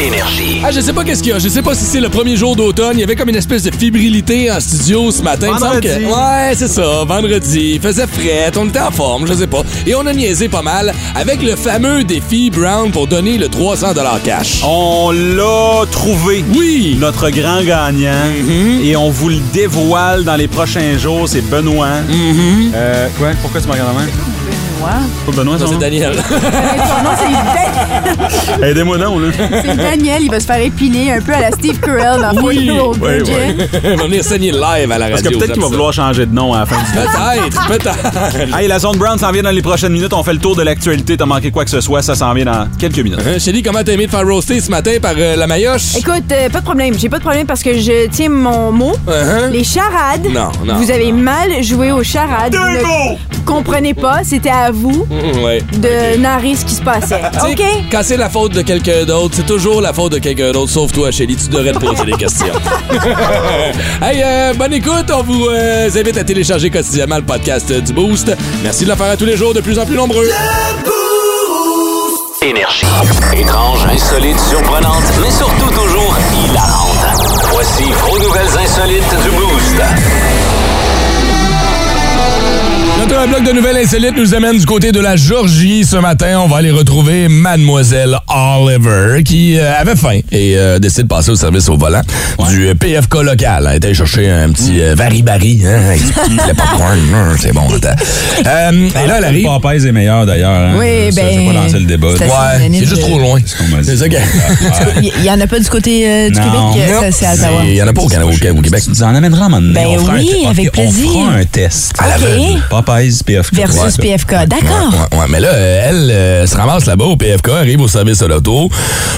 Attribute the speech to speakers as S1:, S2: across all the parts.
S1: Énergie.
S2: Ah, je sais pas qu'est-ce qu'il y a. Je sais pas si c'est le premier jour d'automne. Il y avait comme une espèce de fébrilité en studio ce matin. Il me semble que-
S3: Vendredi.
S2: Ouais, c'est ça. Vendredi. Il faisait fret. On était en forme. Je sais pas. Et on a niaisé pas mal avec le fameux défi Brown pour donner le 300 cash.
S3: On l'a trouvé.
S2: Oui.
S3: Notre grand gagnant.
S2: Mm-hmm.
S3: Et on vous le dévoile dans les prochains jours. C'est Benoît.
S2: Mm-hmm.
S3: Euh, quoi? Pourquoi tu me regardes la main? Pas Benoît,
S2: Ça,
S3: son
S2: c'est
S3: nom?
S2: Daniel.
S4: Son nom, c'est
S3: Aidez-moi donc, là.
S4: Dan- c'est Daniel. Il va se faire épiler un peu à la Steve Carell dans
S2: Oui,
S4: Photo au
S3: oui,
S4: budget.
S2: Il va venir saigner live à la radio.
S3: Parce que peut-être qu'il va
S2: j'aime
S3: vouloir changer de nom à la fin du
S2: ça. Peut-être, peut-être.
S3: Hey, la zone Brown s'en vient dans les prochaines minutes. On fait le tour de l'actualité. T'as manqué quoi que ce soit, ça s'en vient dans quelques minutes.
S2: Hein, Chélie, comment t'as aimé te faire roaster ce matin par euh, la maillotche?
S4: Écoute, euh, pas de problème. J'ai pas de problème parce que je tiens mon mot.
S2: Uh-huh.
S4: Les charades.
S2: Non, non,
S4: Vous avez
S2: non.
S4: mal joué aux charades. Vous ne comprenez pas. C'était à vous
S5: Mm,
S2: Mhm, ouais.
S4: de narrer ce qui se passait.
S2: Tu
S4: OK?
S2: sais,
S5: euh,
S2: Quand c'est la faute de quelqu'un d'autre, c'est toujours la faute de quelqu'un d'autre, sauf toi, Chélie. Tu devrais te poser des questions. hey, euh, bonne écoute. On vous euh, invite à télécharger quotidiennement le podcast euh, du Boost. Merci de le faire à tous les jours, de plus en plus nombreux.
S1: Énergie. Étrange, insolite, surprenante, mais surtout toujours hilarante. Voici vos nouvelles insolites du Boost.
S2: Notre bloc de nouvelles insolites nous amène du côté de la Georgie ce matin. On va aller retrouver Mademoiselle Oliver qui euh, avait faim et euh, décide de passer au service au volant du euh, PFK local. Elle est allée chercher un petit euh, vari-bari, hein, avec du petit, le popcorn, hum, c'est bon. attends. Euh, et là, elle arrive.
S3: Popeyes est meilleur d'ailleurs. hein.
S4: Oui,
S3: Ça, J'ai
S5: ben,
S3: pas lancé le débat.
S5: c'est-
S2: Ouais, c'est juste trop loin.
S3: qu'on m'a dit.
S2: C'est ça que-
S5: Il n'y en a pas du côté euh, du
S3: Non.
S5: Québec, euh, ça, c'est à Ottawa.
S2: Il y en a pas au Canada, au- au Québec.
S3: Tu nous en amèneras un moment donné.
S5: Ben
S3: On fera un
S5: oui,
S3: te-
S5: avec
S3: on- On
S5: plaisir.
S3: fera un test.
S5: À l'aveugle.
S3: Popeyes, PFK.
S5: Versus
S3: Ouais.
S5: PFK. D'accord.
S2: Ouais, ouais, mais là, euh, elle euh, se ramasse là-bas au PFK, arrive au service de l'auto,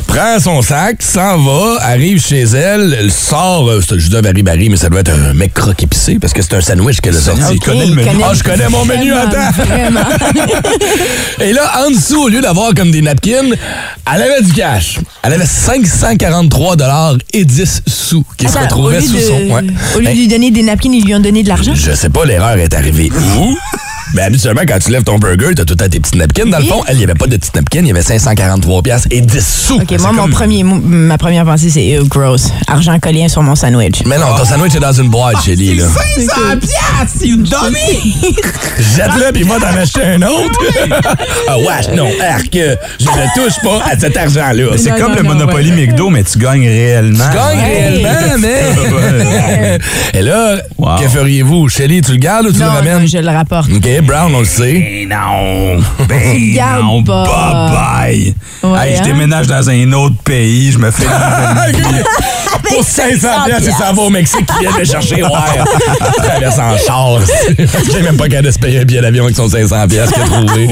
S2: prend son sac, s'en va, arrive chez elle, elle sort, euh, c'est juste un baril-baril, mais ça doit être un mec croque épicé parce que c'est un sandwich qu'elle a sorti.
S3: il connaît le menu.
S2: Ah, je connais mon menu à
S5: Vraiment,
S2: temps.
S5: Vraiment.
S2: Et là, en dessous, au lieu d'avoir comme des napkins, elle avait du cash. Elle avait 543 dollars et 10 sous qui se
S5: Attends,
S2: retrouvaient
S5: au lieu
S2: sous son...
S5: de-
S2: ouais.
S5: Au lieu de
S2: Ben,
S5: lui donner des napkins, ils lui ont donné de l'argent.
S2: Je sais pas, l'erreur est arrivée où? Mais habituellement, quand tu lèves ton burger, t'as tout le temps tes petites napkins. Dans le fond, elle, il n'y avait pas de petites napkins, il y avait 543 piastres et 10 sous.
S5: OK, moi, mon premier, mot- ma première pensée, c'est Ew, gross. Argent collien sur mon sandwich.
S2: Mais non, ton sandwich est dans une
S5: Ah,
S2: boîte, chez lui, là.
S5: Ah,
S2: Jette-le, puis va t'en acheter un autre. ah, ouais, non, arc, euh, je ne touche pas à cet argent-là.
S3: C'est
S5: Non,
S3: comme
S5: non,
S3: le
S5: non,
S3: Monopoly McDo, mais tu gagnes réellement.
S2: Tu gagnes réellement, mais. Et là,
S3: Wow.
S2: que feriez-vous? Shelly, tu le gardes ou tu
S5: Non,
S2: le ramènes?
S5: non, je le rapporte.
S2: OK, Brown, on le sait.
S3: Ben non! Ben
S5: Garde
S3: non!
S5: pas.
S3: Bye-bye!
S5: Ouais,
S3: hey, je
S5: hein?
S3: déménage dans un autre pays, je me fais...
S2: Pour 500 piastres, il s'en va au Mexique, il vient de chercher. Ouais. Il traverse en char. J'ai même pas capable de se payer un billet d'avion avec son 500 piastres qu'il a trouvé.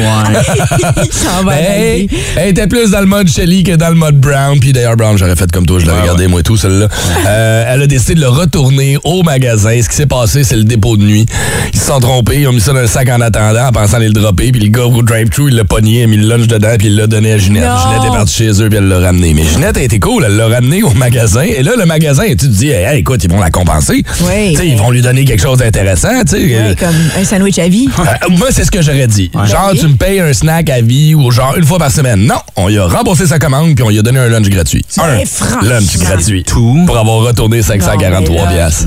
S5: Ça va
S2: Hey,
S5: aller.
S2: elle était plus dans le mode Shelly que dans le mode Brown. Puis d'ailleurs, Brown, j'aurais fait comme toi, je l'ai regardé, moi et tout, celle-là. Euh, elle a décidé de le retourner au magasin. Ce qui s'est passé, c'est le dépôt de nuit. Ils se sont trompés, ils ont mis ça dans le sac en attendant, en pensant aller le dropper. Puis le gars au drive-thru, il l'a pogné, il a mis le lunch dedans, puis il l'a donné à Ginette.
S5: Non.
S2: Ginette est partie chez eux, puis elle l'a ramené. Mais Ginette a été cool, elle l'a ramené au magasin. Et là, le magasin, tu te dis, hey, hey, écoute, ils vont la compenser.
S5: Oui.
S2: Tu sais, Ils vont lui donner quelque chose d'intéressant. tu sais.
S5: Ouais, comme un sandwich à vie.
S2: Euh, moi, c'est ce que j'aurais dit. Genre, tu me payes un snack à vie ou genre une fois par semaine. Non, on lui a remboursé sa commande puis on lui a donné un lunch gratuit. Un
S5: Mais franchement.
S2: lunch gratuit.
S3: tout.
S2: Pour avoir retourné
S5: Non,
S2: 543
S5: mais là-
S2: piastres.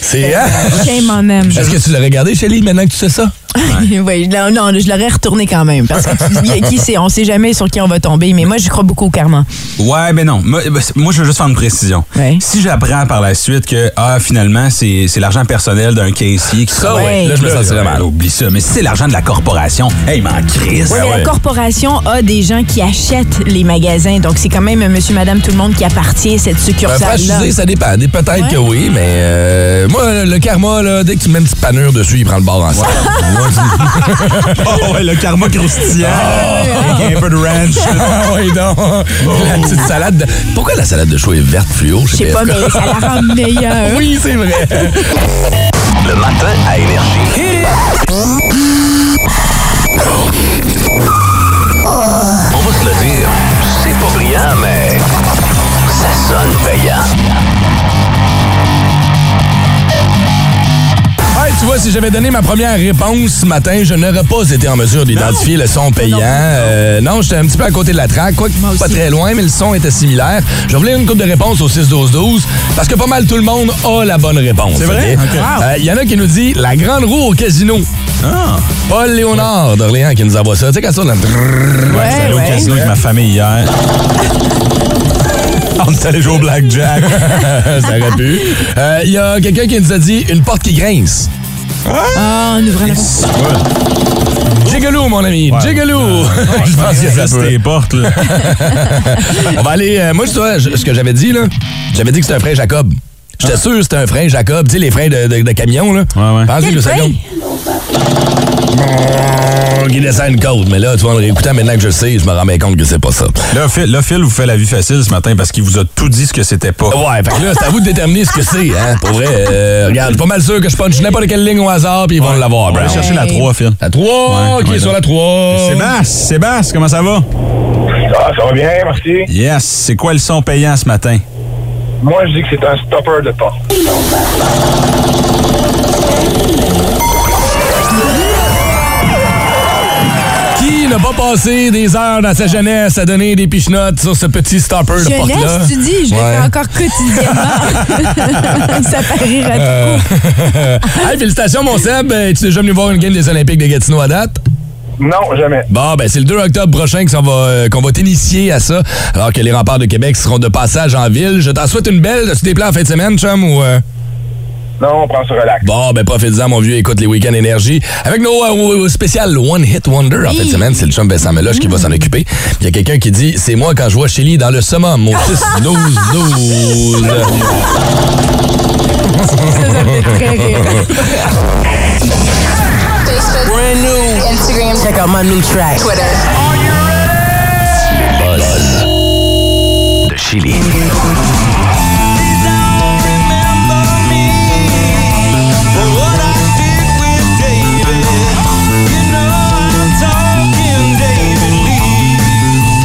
S2: C'est... hein?
S5: Shame on them.
S2: Est-ce que tu l'as regardé, Shelly, maintenant que tu sais ça?
S5: Oui, non, non, je l'aurais retourné quand même. Parce que qui- qui sait, on sait jamais sur qui on va tomber. Mais moi, je crois beaucoup au karma.
S3: Ouais, ben non. Moi, ben, c'est- moi, je veux juste faire une précision.
S5: Ouais.
S3: Si j'apprends par la suite que, ah, finalement, c'est c'est l'argent personnel d'un caissier qui
S2: Ça,
S3: travaille-
S5: ouais.
S2: Là, je me sentirais mal.
S3: Oublie ça. Mais si c'est l'argent de la corporation, hey, il m'en crisse.
S5: Ouais, mais Ben la corporation a des gens qui achètent les magasins. Donc, c'est quand même monsieur, madame, tout le monde qui appartient à cette
S2: Ben,
S5: succursale-là.
S2: franchisé, ça dépend. Des- Peut-être
S5: Ouais.
S2: que oui, mais euh, moi, le karma, là, dès que tu mets une petite panure dessus, il prend le bord ensemble.
S3: Oh, ouais, le karma croustillant. Avec un peu de ranch. Oh.
S2: Ah oui, donc. La petite salade. de- Pourquoi la salade de choux est verte fluo chez
S5: Je sais pas,
S2: PFK?
S5: mais ça la rend meilleure.
S2: Oui, c'est vrai.
S1: Le matin à Énergie. On va se le dire, c'est pas brillant, mais ça sonne payant.
S2: Hey, tu vois, si j'avais donné ma première réponse ce matin, je n'aurais pas été en mesure d'identifier le son payant. Euh, Non, j'étais un petit peu à côté de la traque, quoique
S5: Moi
S2: pas
S5: aussi.
S2: très loin, mais le son était similaire. Je voulais une coupe de réponse au 6-12-12 parce que pas mal tout le monde a la bonne réponse. C'est
S6: vrai? Ok.
S2: Il y en a qui nous dit la grande roue au casino.
S6: Ah.
S2: Paul Léonard d'Orléans qui nous envoie ça. Tu sais, quand ça, on a-
S6: J'étais allé au
S5: ouais.
S6: casino avec ma famille hier. On s'est allé jouer au blackjack.
S2: ça aurait pu. Euh, Il y a quelqu'un qui nous a dit une porte qui grince.
S5: Ah, on ouvre la porte.
S2: Jigaloo, mon ami. Jigaloo. je pense que ça
S6: Reste
S2: peut.
S6: tes portes, là.
S2: On va aller. euh, moi, je, toi, je- ce que j'avais dit, là, j'avais dit que c'était un frein Jacob. J'étais sûr que c'était un frein Jacob. Tu sais, les freins de, de- de camion, là.
S6: Ah. Ouais, ouais.
S2: Pensez
S4: Quel
S2: deux
S4: frein?
S2: secondes. Brrr, Qui descend une côte. Mais là, tu vois, en écoutant maintenant que je le sais, je me rends bien compte que c'est pas ça.
S6: Là, Phil, là, Phil vous fait la vie facile ce matin parce qu'il vous a tout dit ce que c'était pas.
S2: Ouais, fait que là, c'est à vous de déterminer ce que c'est, hein. Pour vrai, euh, regarde, je suis pas mal sûr que je punch n'importe quelle ligne au hasard, puis ils vont l'avoir,
S6: On va
S2: Brown.
S6: aller chercher la 3, Phil.
S2: La 3,
S6: Ouais,
S2: qui
S6: ouais,
S2: est sur
S6: là.
S2: la 3.
S6: Sébastien, Sébastien, comment ça va?
S7: Ah, ça va bien, merci.
S6: Yes, c'est quoi le son payant ce matin?
S7: Moi, je dis que c'est un stopper de porte.
S2: Qui n'a pas passé des heures dans sa jeunesse à donner des pichenottes sur ce petit stopper de porte-là?
S5: Jeunesse, tu dis, je le
S2: Ouais.
S5: fais encore quotidiennement. ça paraît rapide.
S2: hey, félicitations, mon Seb. Euh, Tu es déjà venu voir une game des Olympiques de Gatineau à date?
S7: Non, jamais.
S2: Bon, ben c'est le 2 octobre prochain que ça va, euh, qu'on va t'initier à ça, alors que les remparts de Québec seront de passage en ville. Je t'en souhaite une belle. As-tu des plans en fin de semaine, chum? Ou, euh?
S7: Non, on prend ce relax.
S2: Bon, ben profites-en, mon vieux. Écoute les week-ends énergie. Avec nos euh, euh, spécial One Hit Wonder en fin de semaine, c'est le chum Vincent Meloche qui va s'en occuper. Il y a quelqu'un qui dit, c'est moi quand je vois Chili dans le summum, mon fils 12-12.
S5: Ça, ça me fait très rire.
S8: Instagram,
S5: Check out my new track.
S8: Twitter.
S9: de Chili.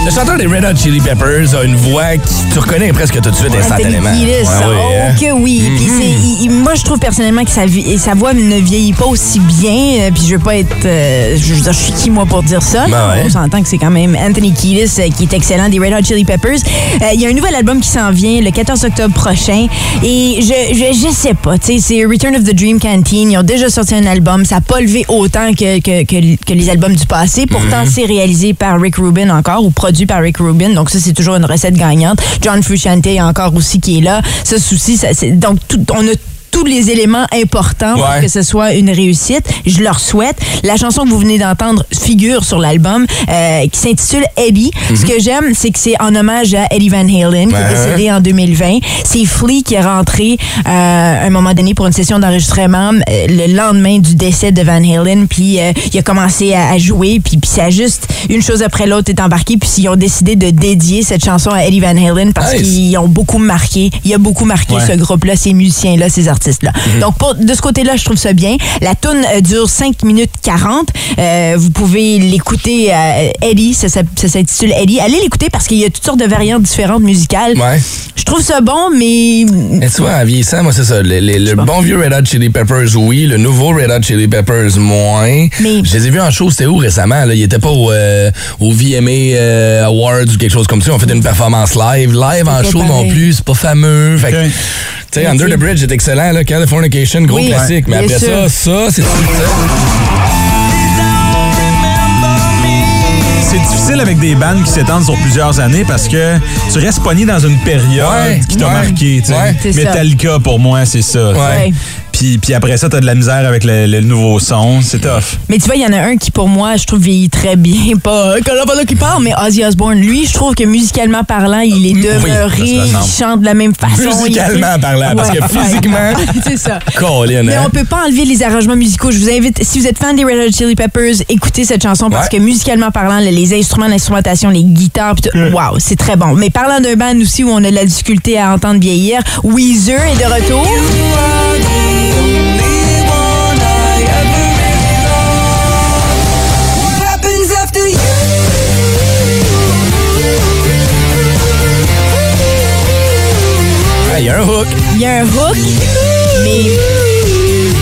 S2: Le chanteur des Red Hot Chili Peppers a une voix qui tu reconnais presque tout de suite instantanément.
S5: Anthony Kiedis,
S2: Ah oui, hein?
S5: oh que oui. Puis c'est- il- il- moi, je trouve personnellement que sa, vie- et sa voix ne vieillit pas aussi bien. euh, Puis je veux pas être. euh, je veux dire, je suis qui, moi, pour dire ça?
S2: Ben ouais.
S5: On s'entend que c'est quand même Anthony Kiedis euh, qui est excellent des Red Hot Chili Peppers. Euh, Il y a un nouvel album qui s'en vient le 14 octobre prochain. Et je, je, je sais pas, tu sais, c'est Return of the Dream Canteen. Ils ont déjà sorti un album. Ça n'a pas levé autant que, que, que- que les albums du passé. Pourtant, c'est réalisé par Rick Rubin encore ou produit par Rick Rubin. Donc, ça, c'est toujours une recette gagnante. John Frusciante encore aussi qui est là. Ce souci, ça, c'est, donc, tout- on a tous les éléments importants
S2: Ouais.
S5: pour que ce soit une réussite. Je leur souhaite. La chanson que vous venez d'entendre figure sur l'album euh, qui s'intitule Eddie. Ce que j'aime, c'est que c'est en hommage à Eddie Van Halen qui est décédé en 2020. C'est Flea qui est rentré euh, à un moment donné pour une session d'enregistrement euh, le lendemain du décès de Van Halen. Puis euh, il a commencé à, à jouer. Puis, puis ça juste une chose après l'autre est embarquée. Puis ils ont décidé de dédier cette chanson à Eddie Van Halen parce
S2: Nice.
S5: qu'ils ils ont beaucoup marqué. Il a beaucoup marqué
S6: Ouais.
S5: ce groupe-là, ces musiciens-là, ces artistes-là.
S2: Mhm.
S5: Donc, pour- de ce côté-là, je trouve ça bien. La toune euh, dure 5 minutes 40. Euh, vous pouvez l'écouter, euh, Ellie, ça, s'app- ça s'intitule Ellie. Allez l'écouter parce qu'il y a toutes sortes de variantes différentes musicales.
S2: Ouais.
S5: Je trouve ça bon, mais...
S2: Et tu vois, en vieillissant, moi, c'est ça. Le, le- le bon vieux Red Hot Chili Peppers, oui. Le nouveau Red Hot Chili Peppers, moins.
S5: Mais-
S2: Je les ai vus en show, c'était où récemment? Là? Ils étaient pas au, euh, au VMA euh, Awards ou quelque chose comme ça. Ils ont fait une performance live. Live en
S5: pas
S2: show non
S5: pareil.
S2: plus, c'est pas fameux. Fait que,
S6: Ok.
S2: tu sais, Under the Bridge est excellent, là. Californication, gros
S5: Oui,
S2: classique. Mais
S5: bien
S2: après
S5: sûr.
S2: ça, ça, c'est.
S6: C'est difficile avec des bandes qui s'étendent sur plusieurs années parce que tu restes pogné dans une période
S2: Ouais,
S6: qui t'a
S2: ouais,
S6: marqué. tu sais.
S2: ouais.
S5: C'est ça.
S6: Metallica, pour moi, c'est ça. tu sais.
S2: Ouais.
S6: Puis, puis après ça, t'as de la misère avec le, le nouveau son. C'est tough.
S5: Mais tu vois, il y en a un qui, pour moi, je trouve vieillit très bien. Pas euh, Colabella qui parle, mais Ozzy Osbourne. Lui, je trouve que musicalement parlant, il est demeuré.
S6: parce que non.
S5: il chante de la même façon. il est-
S2: Musicalement parlant, parce que
S5: Ouais.
S2: physiquement.
S5: C'est ça.
S2: Colin,
S5: Mais
S2: hein?
S5: on peut pas enlever les arrangements musicaux. Je vous invite, si vous êtes fan des Red Hot Chili Peppers, écoutez cette chanson parce
S2: Ouais.
S5: que musicalement parlant, le- les instruments, l'instrumentation, les guitares, pis
S2: Mm.
S5: tout, wow, c'est très bon. Mais parlant d'un band aussi où on a de la difficulté à entendre vieillir, Weezer est de retour.
S2: Ah, Il y a un hook.
S5: Il y a un hook, mais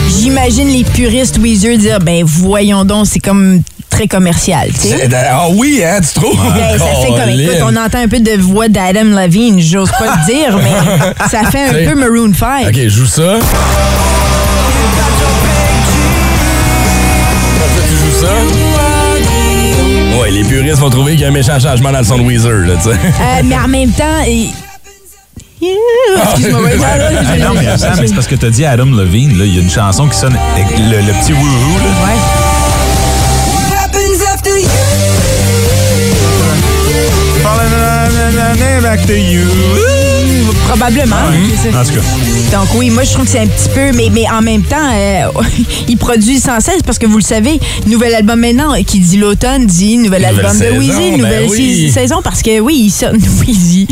S5: j'imagine j'imagine les puristes Weezer dire, ben voyons donc, c'est comme très commercial, tu sais.
S2: C'est- Ah oui, hein, tu trouves?
S5: Ben, ça fait comme, écoute, on entend un peu de voix d'Adam Levine, j'ose pas le dire, mais ça fait
S2: T'sais.
S5: un peu Maroon Euh, 5.
S2: OK, joue ça. Après ça, tu joues ça. Ouais, les puristes vont trouver qu'il y a un méchant changement dans le son de Weezer, là, tu sais.
S5: Euh, mais en même temps, et- excuse-moi, ouais, là, là,
S3: Ah
S5: je-
S3: non, mais, attends, mais c'est parce que t'as dit Adam Levine, là, il y a une chanson qui sonne avec le, le petit wouhou, là.
S5: Ouais. Probablement. Ah,
S3: ah,
S5: hein, c'est ça.
S3: Hein? En tout cas.
S5: Donc oui, moi je trouve que c'est un petit peu, mais, mais en même temps, euh, ils produisent sans cesse parce que vous le savez, nouvel album maintenant, qui dit l'automne dit nouvel
S2: Nouvelle
S5: album
S2: saison,
S5: de Wheezy,
S2: ben
S5: nouvelle
S2: oui.
S5: sais- saison parce que oui, ils sortent Wheezy.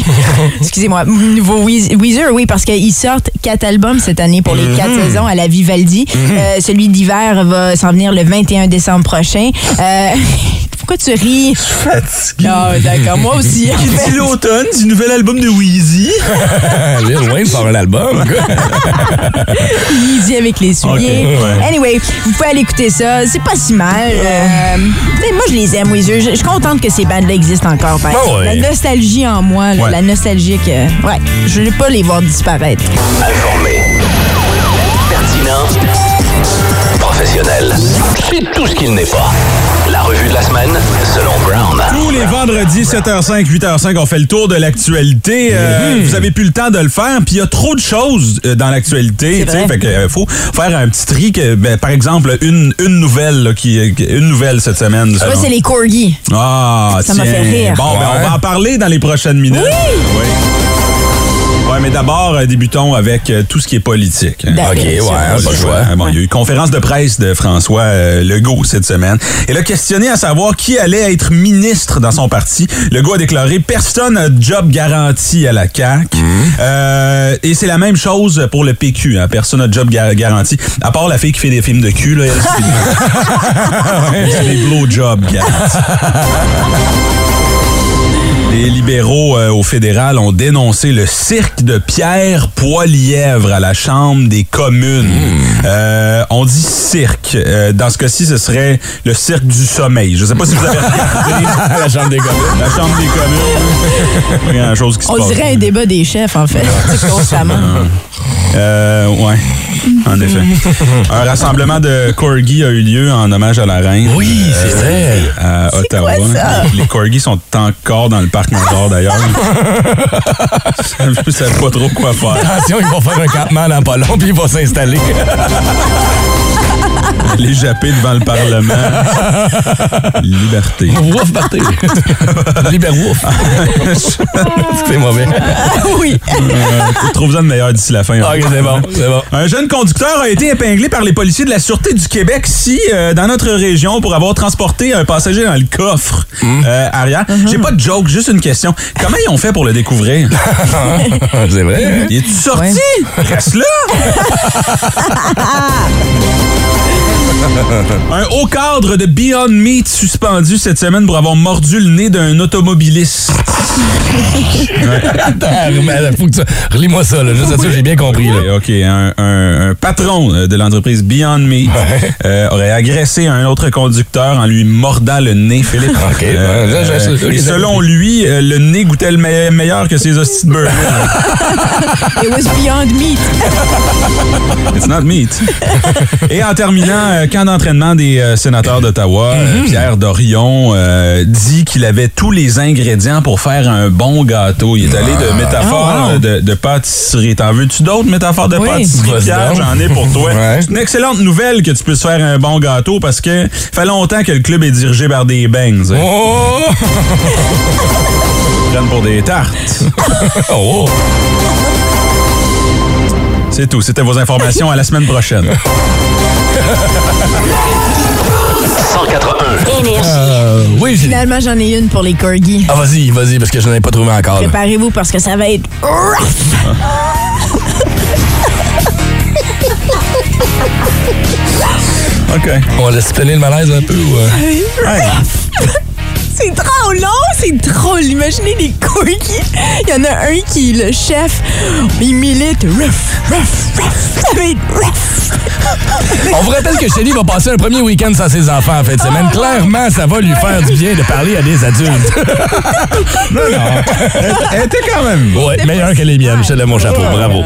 S5: Excusez-moi, nouveau Wheez- Weezer, oui, parce qu'ils sortent quatre albums cette année pour
S2: Mhm.
S5: les quatre saisons à la Vivaldi. Euh, celui d'hiver va s'en venir le 21 décembre prochain. Euh, pourquoi tu ris?
S3: Fatigué.
S5: Ah, d'accord, moi aussi. hein.
S3: l'automne du nouvel album de Wheezy.
S2: Lil Wayne sort un album, quoi.
S5: Easy avec les souliers.
S3: Ok, ouais.
S5: Anyway, vous pouvez aller écouter ça. C'est pas si mal. Euh, tu sais, moi, je les aime, Weezer. Je je suis contente que ces bandes-là existent encore. par
S2: Ben
S5: exemple.
S2: ouais.
S5: La nostalgie en moi, là,
S3: Bah Ouais.
S5: la nostalgie que... Ouais, je veux pas les voir disparaître.
S3: Ah
S9: Informé. Pertinent. Professionnel. C'est tout ce qu'il n'est pas. La revue de la semaine, selon Brown.
S3: Tous les vendredis, 7h05, 8h05, on fait le tour de l'actualité. Euh, Vous avez plus le temps de le faire, puis il y a trop de choses euh, dans l'actualité.
S5: C'est
S3: tu sais,
S5: vrai.
S3: Fait que euh, faut faire un petit tri. Que, ben, par exemple, une, une nouvelle là, qui est- une nouvelle cette semaine.
S5: Moi,
S3: selon-
S5: c'est les corgis.
S3: Ah,
S5: Ça m'a
S3: tiens.
S5: fait rire.
S3: Bon, ben, on va en parler dans les prochaines minutes. Oui! Ouais, mais d'abord, euh, débutons avec euh, tout ce qui est politique. hein.
S5: Ben,
S2: OK, ouais,
S5: bien sûr.
S2: pas le choix.
S3: Bon, il y a eu hein, conférence de presse de François euh, Legault cette semaine. Et là, questionné à savoir qui allait être ministre dans son parti, Legault a déclaré personne n'a de job garanti à la CAQ.
S5: Mmh.
S3: Euh, et c'est la même chose pour le PQ. hein. Personne n'a de job gar- garanti. À part la fille qui fait des films de cul, là, elle, c'est- c'est des blowjobs garantis. Les libéraux euh, au fédéral ont dénoncé le cirque de Pierre Poilièvre à la Chambre des communes.
S2: Hmm.
S3: Euh, on dit cirque. Euh, dans ce cas-ci, ce serait le cirque du sommeil. Je sais pas si vous avez regardé
S2: la chambre des gars.
S3: la Chambre des communes. Il y a chose qui se
S5: On
S3: passe.
S5: dirait un débat des chefs, en fait,
S3: Ah.
S5: tu sais, constamment.
S3: Euh, ouais. En effet. Un rassemblement de corgis a eu lieu en hommage à la reine.
S2: Oui, c'est vrai.
S3: À Ottawa.
S5: quoi ça?
S3: Les, les corgis sont encore dans le parc Major d'ailleurs. Je ne savais pas trop quoi faire.
S2: Attention, ils vont faire un campement dans pas long, puis ils vont s'installer.
S3: Les japper devant le Parlement. Liberté.
S2: Wouf, partez. Libère Wouf. c'est mauvais.
S5: oui.
S3: Euh, Trouve-en de meilleur d'ici la fin.
S2: Ah, OK, c'est bon, c'est bon.
S3: Un jeune conducteur a été épinglé par les policiers de la Sûreté du Québec ici, euh, dans notre région, pour avoir transporté un passager dans le coffre
S2: Hum.
S3: euh, arrière.
S2: Uh-huh.
S3: J'ai pas de joke, juste une question. Comment ils ont fait pour le découvrir?
S2: Ah, c'est vrai. hein?
S3: Il est sorti? Reste là! un haut cadre de Beyond Meat suspendu cette semaine pour avoir mordu le nez d'un automobiliste.
S2: Attends, Ah, mais faut que tu... Relis-moi ça, là. Juste à ça, j'ai bien compris, là.
S3: OK, un, un- un patron euh, de l'entreprise Beyond Meat euh, aurait agressé un autre conducteur en lui mordant le nez, Philippe. Euh,
S2: OK, ben, là, je- je-
S3: et
S2: je-
S3: selon lui, euh, le nez goûtait le me- meilleur que ses hosties de burger.
S5: It was beyond meat.
S3: It's not meat. Et en terminant, euh, camp d'entraînement des euh, sénateurs d'Ottawa, euh, Pierre Dorion euh, dit qu'il avait tous les ingrédients pour faire un bon gâteau. Il est allé de métaphore
S5: Ah, wow.
S3: de, de pâtisserie. T'en veux-tu d'autres métaphores de
S5: Oui.
S3: pâtisserie,
S2: Vas-y
S3: Pierre?
S2: donc.
S3: J'en ai pour toi.
S2: Ouais.
S3: C'est une excellente nouvelle que tu puisses faire un bon gâteau parce que fait longtemps que le club est dirigé par des bangs. Ils
S2: Oh!
S3: prennent pour des tartes.
S2: Oh!
S3: C'est tout. C'était vos informations. À la semaine prochaine.
S9: 181.
S2: Euh, oui, j'ai...
S5: Finalement, j'en ai une pour les corgis.
S2: Ah, vas-y, vas-y, parce que je n'en ai pas trouvé encore. là.
S5: Préparez-vous parce que ça va être rough.
S3: OK.
S2: On laisse planer le malaise un peu ou... euh?
S5: C'est trop long, c'est drôle. Imaginez les corgis. Il y en a un qui, est le chef, il milite. Ruff, ruff, ruff. Ça va être ruff.
S2: On vous rappelle que Shelly va passer un premier week-end sans ses enfants en fin de semaine. Clairement, ça va lui faire du bien de parler à des adultes.
S3: Elle était quand même bonne.
S2: Ouais, meilleur que les miennes. Je te lève mon chapeau. Bravo.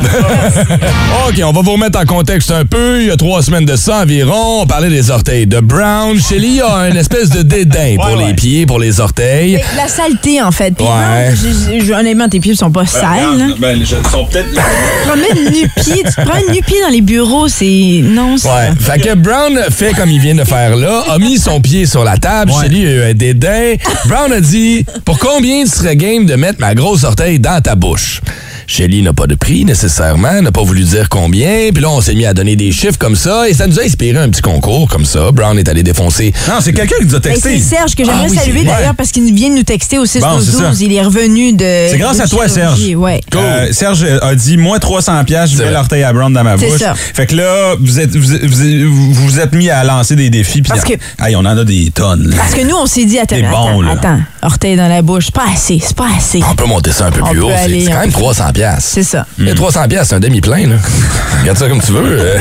S2: OK, on va vous remettre en contexte un peu. Il y a trois semaines de ça environ, on parlait des orteils de Brown. Shelly a une espèce de dédain pour les pieds, pour les orteils.
S5: C'est La saleté, en fait. Puis
S2: Ouais.
S5: non, j'ai- j'ai- honnêtement, tes pieds sont pas
S2: Ah,
S5: sales. là.
S3: Ben, je- ils sont peut-être.
S5: Tu te promènes nu-pied, tu te prends nu-pied dans les bureaux, c'est... Non, c'est...
S2: Ouais. Fait que Brown fait comme il vient de faire là, a mis son pied sur la table, Shelly a eu un dédain. Brown a dit Pour combien tu serais game de mettre ma grosse orteil dans ta bouche Shelly n'a pas de prix nécessairement, n'a pas voulu dire combien, puis là on s'est mis à donner des chiffres comme ça et ça nous a inspiré un petit concours comme ça. Brown est allé défoncer.
S3: Non, c'est quelqu'un qui nous a
S5: Ben,
S3: texté.
S5: c'est Serge que j'aimerais
S2: Ah oui,
S5: saluer
S2: c'est-
S5: d'ailleurs
S2: ouais.
S5: parce qu'il vient de nous texter au 6
S3: Bon, c'est
S5: 12
S3: ça.
S5: Il est revenu de.
S3: C'est grâce
S5: de
S3: à toi,
S5: chirurgie,
S3: Serge.
S5: Ouais.
S3: Euh, Serge a dit moi 300 pièces, je
S2: C'est
S3: mets
S2: vrai.
S3: l'orteil à Brown dans ma
S5: C'est
S3: bouche.
S5: ça.
S3: Fait que là vous êtes vous vous, vous êtes mis à lancer des défis puis
S5: Parce
S3: là,
S5: que-
S3: aïe, on en a des tonnes. là.
S5: Parce que nous, on s'est dit, attends,
S3: T'es bon,
S5: attends,
S3: là.
S5: attends, orteil dans la bouche, c'est pas assez, c'est pas assez.
S2: On peut monter ça un peu
S5: On
S2: plus
S5: peut
S2: haut, c'est-
S5: aller,
S2: c'est
S5: on
S2: quand même
S5: peut-
S2: 300 pièces.
S5: C'est ça.
S2: Mais 300 pièces, c'est un demi-plein là. Regarde ça comme tu veux. euh.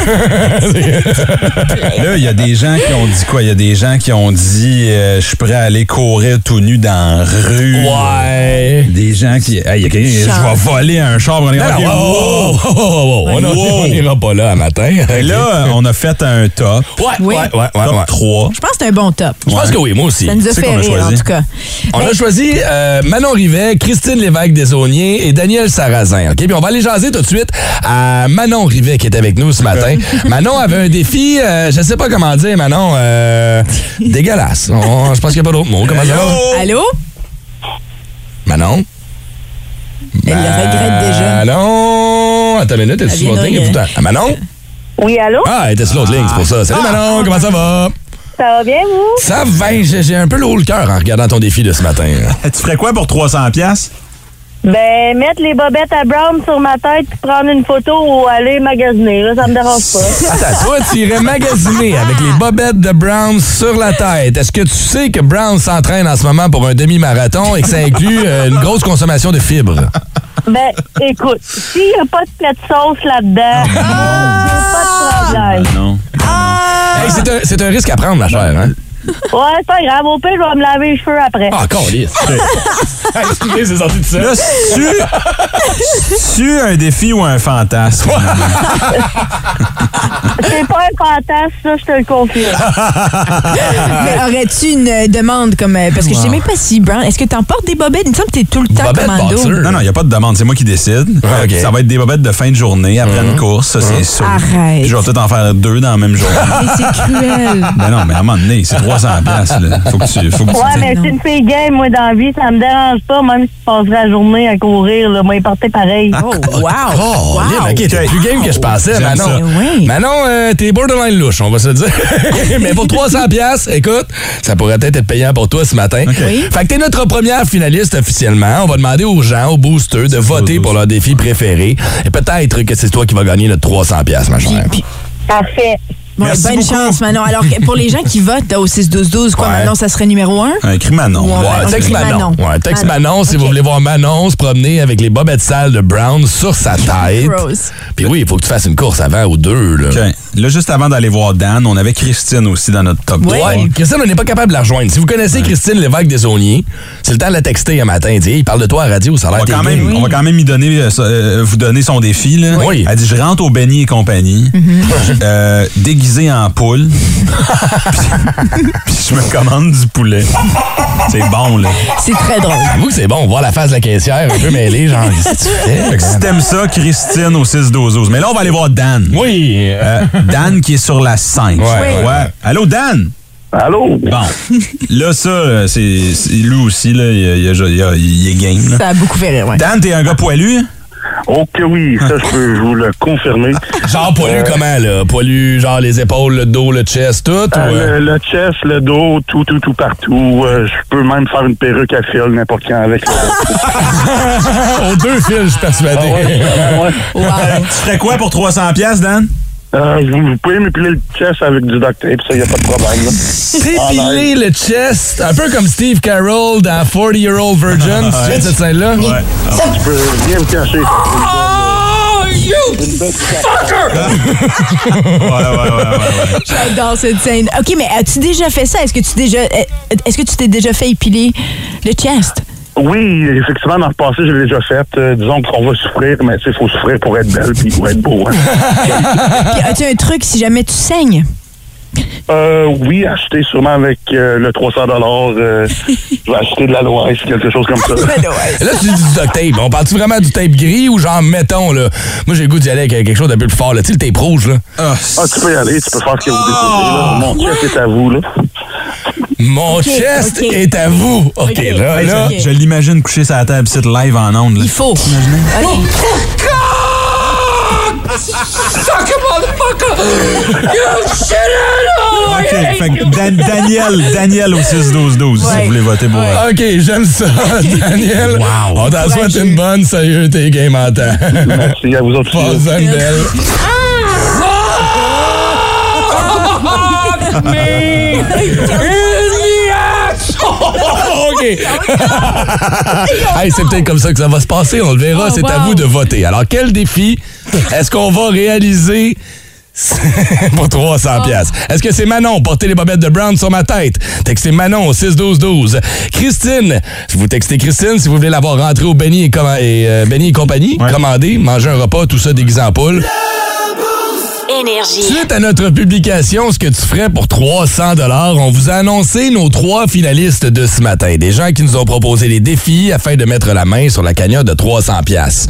S3: Là, il y a des gens qui ont dit quoi Il y a des gens qui ont dit euh, je suis prêt à aller courir tout nu dans la rue.
S2: ouais.
S3: Des gens qui hey, il y a quelqu'un je vais voler un char. pour aller-
S2: Non, oh, non,
S3: Ok, wow.
S2: Ah, wow, wow, wow, wow, wow. On a-
S3: Wow.
S2: on n'ira pas là à matin.
S3: Et là, on a fait un top.
S2: Ouais,
S5: Oui.
S2: ouais, ouais, ouais,
S3: top
S2: ouais.
S3: 3.
S5: Je pense que c'est un bon top.
S2: Je pense que oui, moi aussi.
S5: Ça nous a
S3: c'est qu'on
S5: fait
S3: a
S5: rire, en
S3: choisi.
S5: tout cas.
S2: On a choisi euh, Manon Rivet, Christine Lévesque Desaunier et Daniel Sarrazin. OK? Puis on va aller jaser tout de suite à Manon Rivet qui est avec nous ce matin. Manon avait un défi, euh, je sais pas comment dire, Manon, euh, dégueulasse. On- je pense qu'il n'y a pas d'autre mot. Comment ça va?
S5: Allô?
S2: Manon?
S5: Elle le regrette déjà.
S2: Manon? Attends une minute, elle est
S5: Elle
S2: sur l'autre
S5: vient de
S2: ligne.
S5: rien.
S2: pourtant. Ah, Manon?
S10: Oui, allô?
S2: Ah, elle était sur l'autre ligne, c'est pour ça. Salut Manon, comment ça va?
S10: Ça va bien, vous?
S2: Ça va, j'ai j'ai un peu le haut le cœur en regardant ton défi de ce matin.
S3: Tu ferais quoi pour 300 pièces
S10: Ben, mettre les bobettes à Brown sur ma tête, puis prendre une photo ou aller magasiner, là, ça me dérange pas.
S2: Attends, toi, tu irais magasiner avec les bobettes de Brown sur la tête. Est-ce que tu sais que Brown s'entraîne en ce moment pour un demi-marathon et que ça inclut euh, une grosse consommation de fibres?
S10: Ben, écoute, s'il n'y a pas de plat de sauce là-dedans, j'ai pas de
S2: Ah,
S10: problème.
S3: Non.
S2: Hey, c'est un- c'est un, risque à prendre, ma chère. Hein?
S10: Ouais, c'est pas grave, au pire, je vais me laver les cheveux après.
S2: Ah, calisse. Hey, Excusez, c'est sorti de ça.
S3: Là, tu tu un défi ou un fantasme
S10: C'est pas un fantasme, ça, je te le confirme.
S3: Ah,
S5: Mais aurais-tu une euh, demande comme. euh, parce que je sais même pas si, Brown, est-ce que t'emportes des bobettes? Il me semble que t'es tout le temps
S2: Bobette
S5: commando.
S2: boxer.
S3: Non, non, il n'y a pas de demande. C'est moi qui décide.
S2: Ah, ok. Mhm.
S3: Ça va être des bobettes de fin de journée après une course, ça, c'est sûr.
S5: Arrête.
S3: Puis je vais peut-être en faire deux dans la même journée.
S5: Mais c'est cruel.
S3: mais non, mais à un moment donné, c'est 300 piastres, là. Faut que tu... Faut que tu-
S10: Ouais, mais
S5: non.
S10: c'est une fille game, moi, dans la vie, ça me dérange pas, même si je passerais la journée à courir, là, moi, il partait pareil.
S5: Oh, wow.
S2: Oh, Lynn,
S5: wow.
S2: ok, t'es plus game que je pensais,
S3: J'aime ça.
S2: Manon.
S5: Eh oui.
S2: Manon, euh, t'es borderline louche, on va se le dire. Mais pour 300 pièces, écoute, ça pourrait peut-être être payant pour toi ce matin. Fait que t'es notre première finaliste officiellement. On va demander aux gens, aux boosters, de voter pour leur défi préféré. Et peut-être que c'est toi qui vas gagner notre 300 pièces, ma chère.
S10: Parfait.
S5: Bon,
S3: Merci
S5: bonne
S3: beaucoup.
S5: chance, Manon. Alors, que pour les gens qui votent là, au 6-12-12, quoi,
S2: Ouais.
S5: Manon, ça serait numéro un?
S3: Un cri Manon.
S5: Ouais.
S2: Ouais,
S5: on
S2: texte
S5: écrit
S2: Manon.
S5: Manon.
S2: Ouais, texte
S5: Manon.
S2: Manon si
S5: Ok.
S2: vous voulez voir Manon se promener avec les bobettes sales de Brown sur sa tête.
S5: Gross.
S2: Puis oui, il faut que tu fasses une course avant ou deux, là.
S3: OK. Là, juste avant d'aller voir Dan, on avait Christine aussi dans notre top
S5: Ouais.
S3: 3.
S2: Ouais, Christine, on n'est pas capable de la rejoindre. Si vous connaissez Christine Lévesque des Auniers, c'est le temps de la texter un matin. Elle dit, Hey, il parle de toi à la radio, ça a
S3: On
S2: l'air
S3: va, quand
S2: t'es
S3: même,
S2: gay.
S3: on va quand même y donner, euh, ça, euh, vous donner son défi. Là.
S2: Oui.
S3: Elle dit, je rentre au Benny et compagnie, euh, déguisé en poule, puis, puis je me commande du poulet. Ah, C'est bon, là.
S5: C'est très drôle.
S2: J'avoue que Ah, c'est bon, voir la face de la caissière un peu mêlée, genre, qu'est-ce que tu fais?
S3: Si t'aimes ça, Christine au 6-12-12. Mais là, on va aller voir Dan.
S2: Oui.
S3: Euh, Dan qui est sur la 5.
S2: Ouais.
S3: Allô, Dan?
S7: Allô?
S3: Bon. Là, ça, euh, c'est c'est- lui aussi, là, il, il a- il a- il est game. là.
S5: Ça a beaucoup fait rire, ouais.
S3: Dan, t'es un gars poilu?
S7: Ok, oui, ça, je peux vous le confirmer.
S2: Genre poilu comment, là? Poilu, genre les épaules, le dos, le chest, tout? ou,
S7: Euh,
S2: euh?
S7: le, le chest, le dos, tout, tout, tout partout. Euh, je peux même faire une perruque à fil n'importe quand avec.
S2: euh, Aux deux fils, je suis persuadé.
S7: Ah Ouais.
S3: Tu ferais quoi pour 300$, piastres, Dan?
S7: Euh, vous, vous pouvez m'épiler le chest avec du duct tape, ça, y a pas de problème. là.
S2: T'épiler le chest, un peu comme Steve Carroll dans 40 Year Old Virgin, tu te souviens de cette scène-là?
S7: Tu peux rien me cacher.
S2: Oh, you fucker!
S3: Ouais, ouais, ouais, ouais.
S5: J'adore cette scène. OK, mais as-tu déjà fait ça? Est-ce que tu déjà euh, est-ce que tu t'es déjà fait épiler le chest?
S7: Oui, effectivement, dans le passé, je l'ai déjà fait. Euh, disons qu'on va souffrir, mais tu sais, il faut souffrir pour être belle puis pour être beau. hein.
S5: Puis as-tu un truc si jamais tu saignes?
S7: Euh, oui, acheter sûrement avec euh, le 300 euh, je vais acheter de la loi, quelque chose comme ça.
S2: Là, tu dis du duct tape. On parle-tu vraiment du tape gris ou genre, mettons, là, moi, j'ai le goût d'y aller avec quelque chose d'un peu plus fort, là. Tu sais, le tape rouge, là.
S7: Ah, tu peux y aller, tu peux faire ce que vous décidez. Là. Mon chef est à vous. Là.
S2: Mon chest
S5: ok.
S2: est à vous. OK, là,
S3: Hey,
S2: là.
S3: je- Je l'imagine couché sur la table, c'est live en ondes. là.
S5: Il faut. OK.
S3: OK, fait que Dan- Daniel, Daniel au 6-12-12, si vous voulez voter pour euh, elle.
S2: OK, j'aime ça, Daniel.
S3: Wow.
S2: On t'en souhaite une bonne, sérieux, t'es game en temps.
S7: Merci à vous autres.
S2: Passe une belle.
S5: Ah! Ah!
S2: OK. hey, c'est peut-être comme ça que ça va se passer. On le verra.
S5: Oh,
S2: c'est à
S5: wow.
S2: vous de voter. Alors, quel défi est-ce qu'on va réaliser pour 300 pièces. Est-ce que c'est Manon, porter les bobettes de Brown sur ma tête? Textez Manon au 6-12-12. Christine, vous textez Christine si vous voulez l'avoir rentrée au Benny et, comma- et, euh, Benny et compagnie, commander, manger un repas, tout ça déguisé en poule. Suite à notre publication, ce que tu ferais pour 300 dollars, on vous a annoncé nos trois finalistes de ce matin. Des gens qui nous ont proposé des défis afin de mettre la main sur la cagnotte de 300 pièces.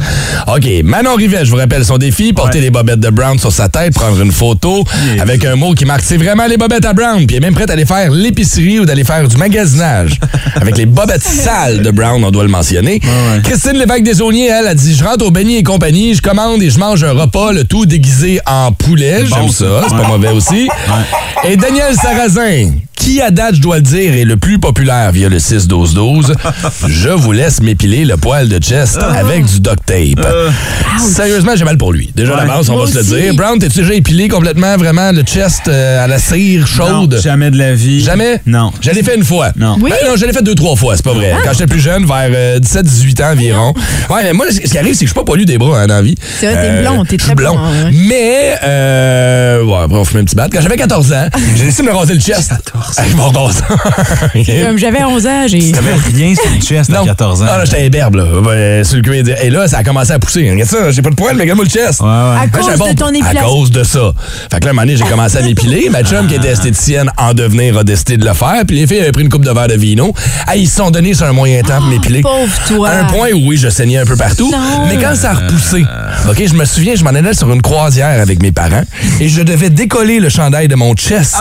S2: OK, Manon Rivet, je vous rappelle son défi, porter les bobettes de Brown sur sa tête, prendre une photo avec un mot qui marque c'est vraiment les bobettes à Brown, puis elle est même prête à aller faire l'épicerie ou d'aller faire du magasinage avec les bobettes sales de Brown, on doit le mentionner. Christine Lévesque des elle a dit je rentre au Benny et compagnie, je commande et je mange un repas le tout déguisé en poulet. J'aime ça, c'est pas mauvais aussi. Et Daniel Sarrazin, qui à date, je dois le dire, est le plus populaire via le 6-12-12, je vous laisse m'épiler le poil de chest avec du duct tape. Sérieusement, j'ai mal pour lui. Déjà d'avance, on va
S5: Moi
S2: se le
S5: aussi.
S2: dire. Brown, t'es-tu déjà épilé complètement, vraiment, le chest euh, à la cire chaude?
S3: Non, jamais de la vie.
S2: Jamais?
S3: Non.
S2: Je l'ai fait une fois.
S3: Non.
S5: Oui? Ah.
S2: Ben non, je l'ai fait deux, trois fois, c'est pas vrai. Quand j'étais plus jeune, vers 17-18 ans environ. Ouais, mais moi, ce qui arrive, c'est que je suis pas poilu des bras hein, dans la vie.
S5: C'est vrai, t'es blond, t'es
S2: je suis
S5: très blond, hein, ouais.
S2: Mais, euh, ouais, après, on fume un petit bat. Quand j'avais 14 ans, j'ai décidé de me raser le chest. 14 Bon, 14 ans.
S5: Comme j'avais 11 ans, j'ai.
S3: T'avais rien sur le chest à
S2: Non.
S3: 14 ans.
S2: Ah, là, j'étais imberbe, là. Ben, sur le cuir. Et là, ça a commencé à pousser. Regarde ça, j'ai pas de poils, mais regarde-moi le chest.
S3: Ouais,
S5: À
S3: ouais.
S2: Là,
S5: cause
S2: j'avais
S5: de
S2: bon,
S5: ton
S2: À
S5: épilation.
S2: cause de ça. Fait que là, à un moment donné, j'ai commencé à m'épiler. Ma chum, qui était esthéticienne en devenir, a décidé de le faire. Puis les filles avaient pris une coupe de verre de vino. Ah, ils se sont donnés sur un moyen temps pour m'épiler.
S5: Ah, pauvre toi.
S2: À un point où, oui, je saignais un peu partout.
S5: Non.
S2: Mais quand ça a repoussé, OK, je me souviens, je m'en allais sur une croisière avec mes parents et je devais décoller le chandail de mon chest.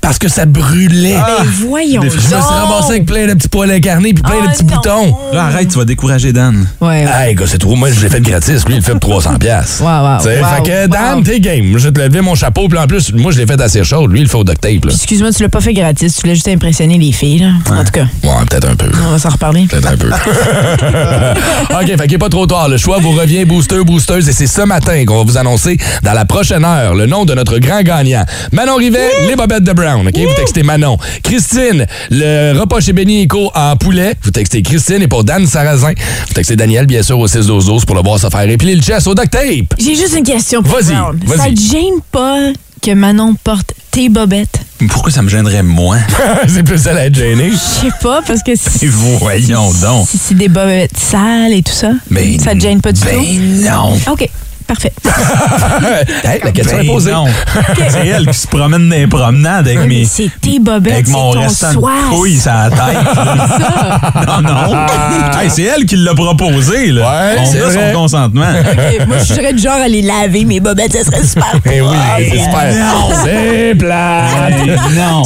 S2: Parce que ça brûlait.
S5: Ben voyons.
S2: Je me suis ramassé avec plein de petits poils incarnés puis plein de
S5: Ah,
S2: petits
S5: non.
S2: boutons.
S3: Là, arrête, tu vas décourager Dan.
S5: Ouais, ouais.
S2: Hey, gars, c'est trop. Moi, je l'ai fait gratis. Lui, il le fait pour 300$. pièces.
S5: Wow, wow,
S2: T'sais,
S5: wow,
S2: fait que, Dan,
S5: wow.
S2: t'es game. Je vais te lever mon chapeau. Puis en plus, moi, je l'ai fait assez chaud. Lui, il le fait au duct tape. Là.
S5: Excuse-moi, tu l'as pas fait gratis. Tu voulais juste impressionner les filles, là. En tout cas,
S2: Ouais, peut-être un peu.
S5: on va s'en reparler.
S2: Peut-être un peu. OK, fait qu'il est pas trop tard. Le choix vous revient, booster, boosteuse. Et c'est ce matin qu'on va vous annoncer, dans la prochaine heure, le nom de notre grand gagnant. Manon Rivet, les bobettes de Brown. OK, vous textez Manon. Christine, le repas chez Benny Co en poulet. Vous textez Christine. Et pour Dan Sarrazin, vous textez Daniel, bien sûr, au 6 12 pour le voir se faire épiler le chest au duct tape.
S5: J'ai juste une question pour
S2: Vas-y,
S5: Brown.
S2: vas-y.
S5: Ça te gêne pas que Manon porte tes bobettes?
S3: Mais Pourquoi ça me gênerait moins?
S2: c'est plus ça à être gêné.
S5: Je sais pas, parce que
S3: Et
S5: si,
S3: voyons donc.
S5: si c'est des bobettes sales et tout ça,
S3: Mais
S5: ça te gêne pas du
S3: Ben non.
S5: tout? OK, parfait.
S2: Hey, la question
S3: Ben
S2: est posée.
S3: non. C'est elle qui se promène dans les promenades avec mes...
S5: C'est tes bobettes,
S3: Avec
S5: c'est
S3: mon
S5: ton
S3: restant de
S5: soir.
S3: couille sur la tête. non, non. Hey, c'est elle qui l'a proposé. Là.
S2: Ouais,
S3: On
S2: c'est
S3: a
S2: vrai.
S3: son consentement.
S5: Ok, Moi, je serais du genre à les laver, mes bobettes, ça serait super.
S2: Eh oui, c'est
S3: Ah, non.
S2: super. C'est plat.
S3: Ben non.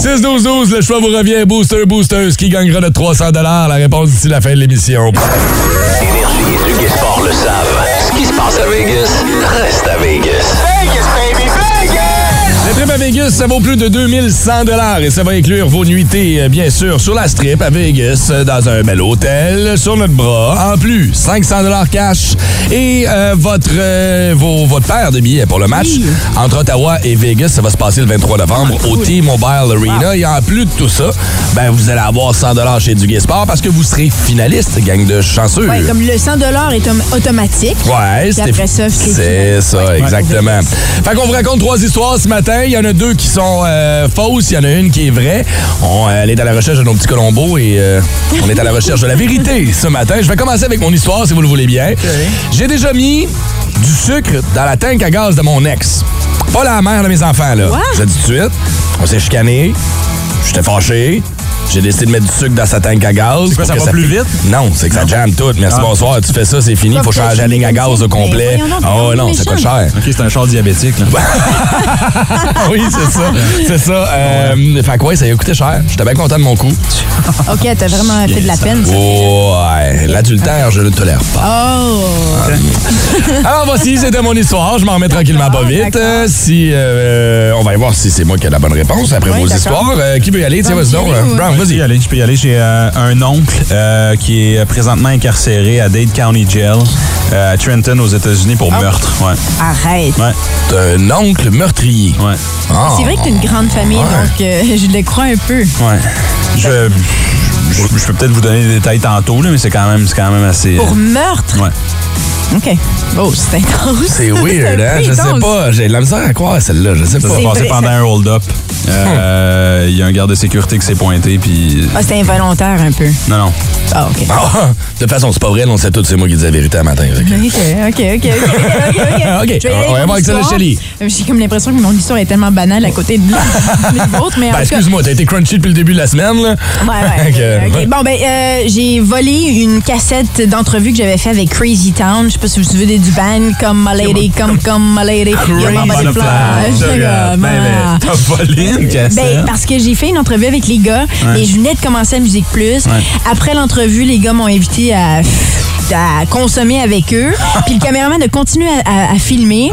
S2: 6-12-12, le choix vous revient. Booster, booster, qui gagnera de 300 La réponse d'ici la fin de l'émission.
S9: Énergie et Luc Sport le savent. Ce qui se passe à Vegas reste à Vegas.
S2: Le trip à Vegas, ça vaut plus de 2100 et ça va inclure vos nuitées, euh, bien sûr, sur la strip à Vegas, euh, dans un bel hôtel, sur notre bras. En plus, 500 cash et euh, votre, euh, vos- votre paire de billets pour le match entre Ottawa et Vegas. Ça va se passer le 23 novembre
S3: Ah,
S2: au T-Mobile Arena. Et en plus de tout ça, ben, vous allez avoir 100 chez Duguay Sport parce que vous serez finaliste, gang de chanceux.
S5: Ouais, comme le 100 est om- automatique.
S2: Ouais,
S5: Puis après ça, c'est
S2: c'est ça, exactement. Fait qu'on vous raconte trois histoires ce matin. Il y en a deux qui sont euh, fausses, il y en a une qui est vraie. On euh, elle est à la recherche de nos petits colombos et euh, on est à la recherche de la vérité ce matin. Je vais commencer avec mon histoire, si vous le voulez bien. J'ai déjà mis du sucre dans la tank à gaz de mon ex. Pas la mère de mes enfants, là. Je le dis tout de suite. On s'est chicané. J'étais fâché. J'ai décidé de mettre du sucre dans sa tank à gaz.
S6: C'est quoi, ça
S2: pour que
S6: va plus vite?
S2: Non, c'est que ça jamme tout. Merci,
S6: Ah.
S2: bonsoir. Tu fais ça, c'est fini. Faut changer la ligne à gaz au complet.
S5: Mais voyons donc,
S2: Ah ouais, non,
S5: mais
S2: ça coûte
S5: méchant.
S2: cher.
S6: OK, c'est un char diabétique. Là.
S2: oui, c'est ça. C'est ça. Euh, fait que ouais, ça a coûté cher. J'étais bien content de mon coup.
S5: OK, t'as vraiment fait de la peine. ça.
S2: Ouais, l'adultère, je ne le tolère pas.
S5: Oh!
S2: Alors voici, c'était mon histoire. Je m'en remets tranquillement pas vite.
S5: Ah, d'accord.
S2: Euh, si, euh, on va y voir si c'est moi qui ai la bonne réponse après
S5: Oui,
S2: vos
S5: d'accord.
S2: histoires. Euh, qui veut y aller? Tiens,
S5: Bon,
S2: vas-y
S5: j'y
S2: donc.
S5: vais,
S2: euh,
S5: oui.
S2: Brown,
S3: Je peux y
S2: vas-y.
S3: aller. Je peux y aller. J'ai euh, un oncle euh, qui est présentement incarcéré à Dade County Jail euh, à Trenton aux États-Unis pour
S2: Ah
S3: meurtre. Ouais.
S5: Arrête.
S3: Ouais.
S2: T'as un oncle meurtrier.
S3: Ouais.
S2: Ah.
S5: C'est vrai que t'es une grande famille, donc euh, je le crois un peu.
S3: Ouais. Je, je, je peux peut-être vous donner des détails tantôt, là, mais c'est quand même, c'est quand même assez. euh,
S5: Pour meurtre?
S3: Ouais.
S5: OK. Oh, c'est intense.
S2: C'est weird,
S5: un
S2: hein?
S5: peu
S2: Je sais
S5: intense.
S2: pas. J'ai de la misère à croire celle-là. Je sais
S3: Ça
S2: pas.
S3: s'est passé
S5: vrai,
S3: pendant
S5: ça-
S3: un hold-up. Euh, Il y a un garde de sécurité qui s'est pointé, puis.
S5: Ah, c'est involontaire un peu.
S3: Non, non.
S5: Ah, OK.
S2: Ah, de toute façon, c'est pas vrai. On sait tous, c'est moi qui dis la vérité à matin. fait que-
S5: OK, OK, OK, OK, OK,
S2: OK,
S5: Je vais y aller
S2: on va
S5: mon
S2: voir avec celle de
S5: histoire.
S2: Shelley.
S5: Euh, J'ai comme l'impression que mon histoire est tellement banale à côté de les autres, mais en
S2: Ben,
S5: tout cas...
S2: excuse-moi, t'as été crunchy depuis le début de la semaine, là.
S5: Ouais, ouais.
S2: Ok.
S5: ok. Bon, ben, euh, j'ai volé une cassette d'entrevue que j'avais fait avec Crazy Town. Je sais pas si vous vous souvenez du band. Come, my lady, come, come, my lady. You're
S3: Bonne
S5: my butterfly.
S2: Euh,
S3: place.
S5: Je Oh, regarde,
S3: Ben, ben,
S5: ma-
S3: T'as volé une
S5: ben,
S3: cassette.
S5: parce que j'ai fait une entrevue avec les gars et je venais de commencer à Musique Plus. Après l'entrevue, les gars m'ont invité à, à consommer avec eux. puis le caméraman a continué à, à- à filmer.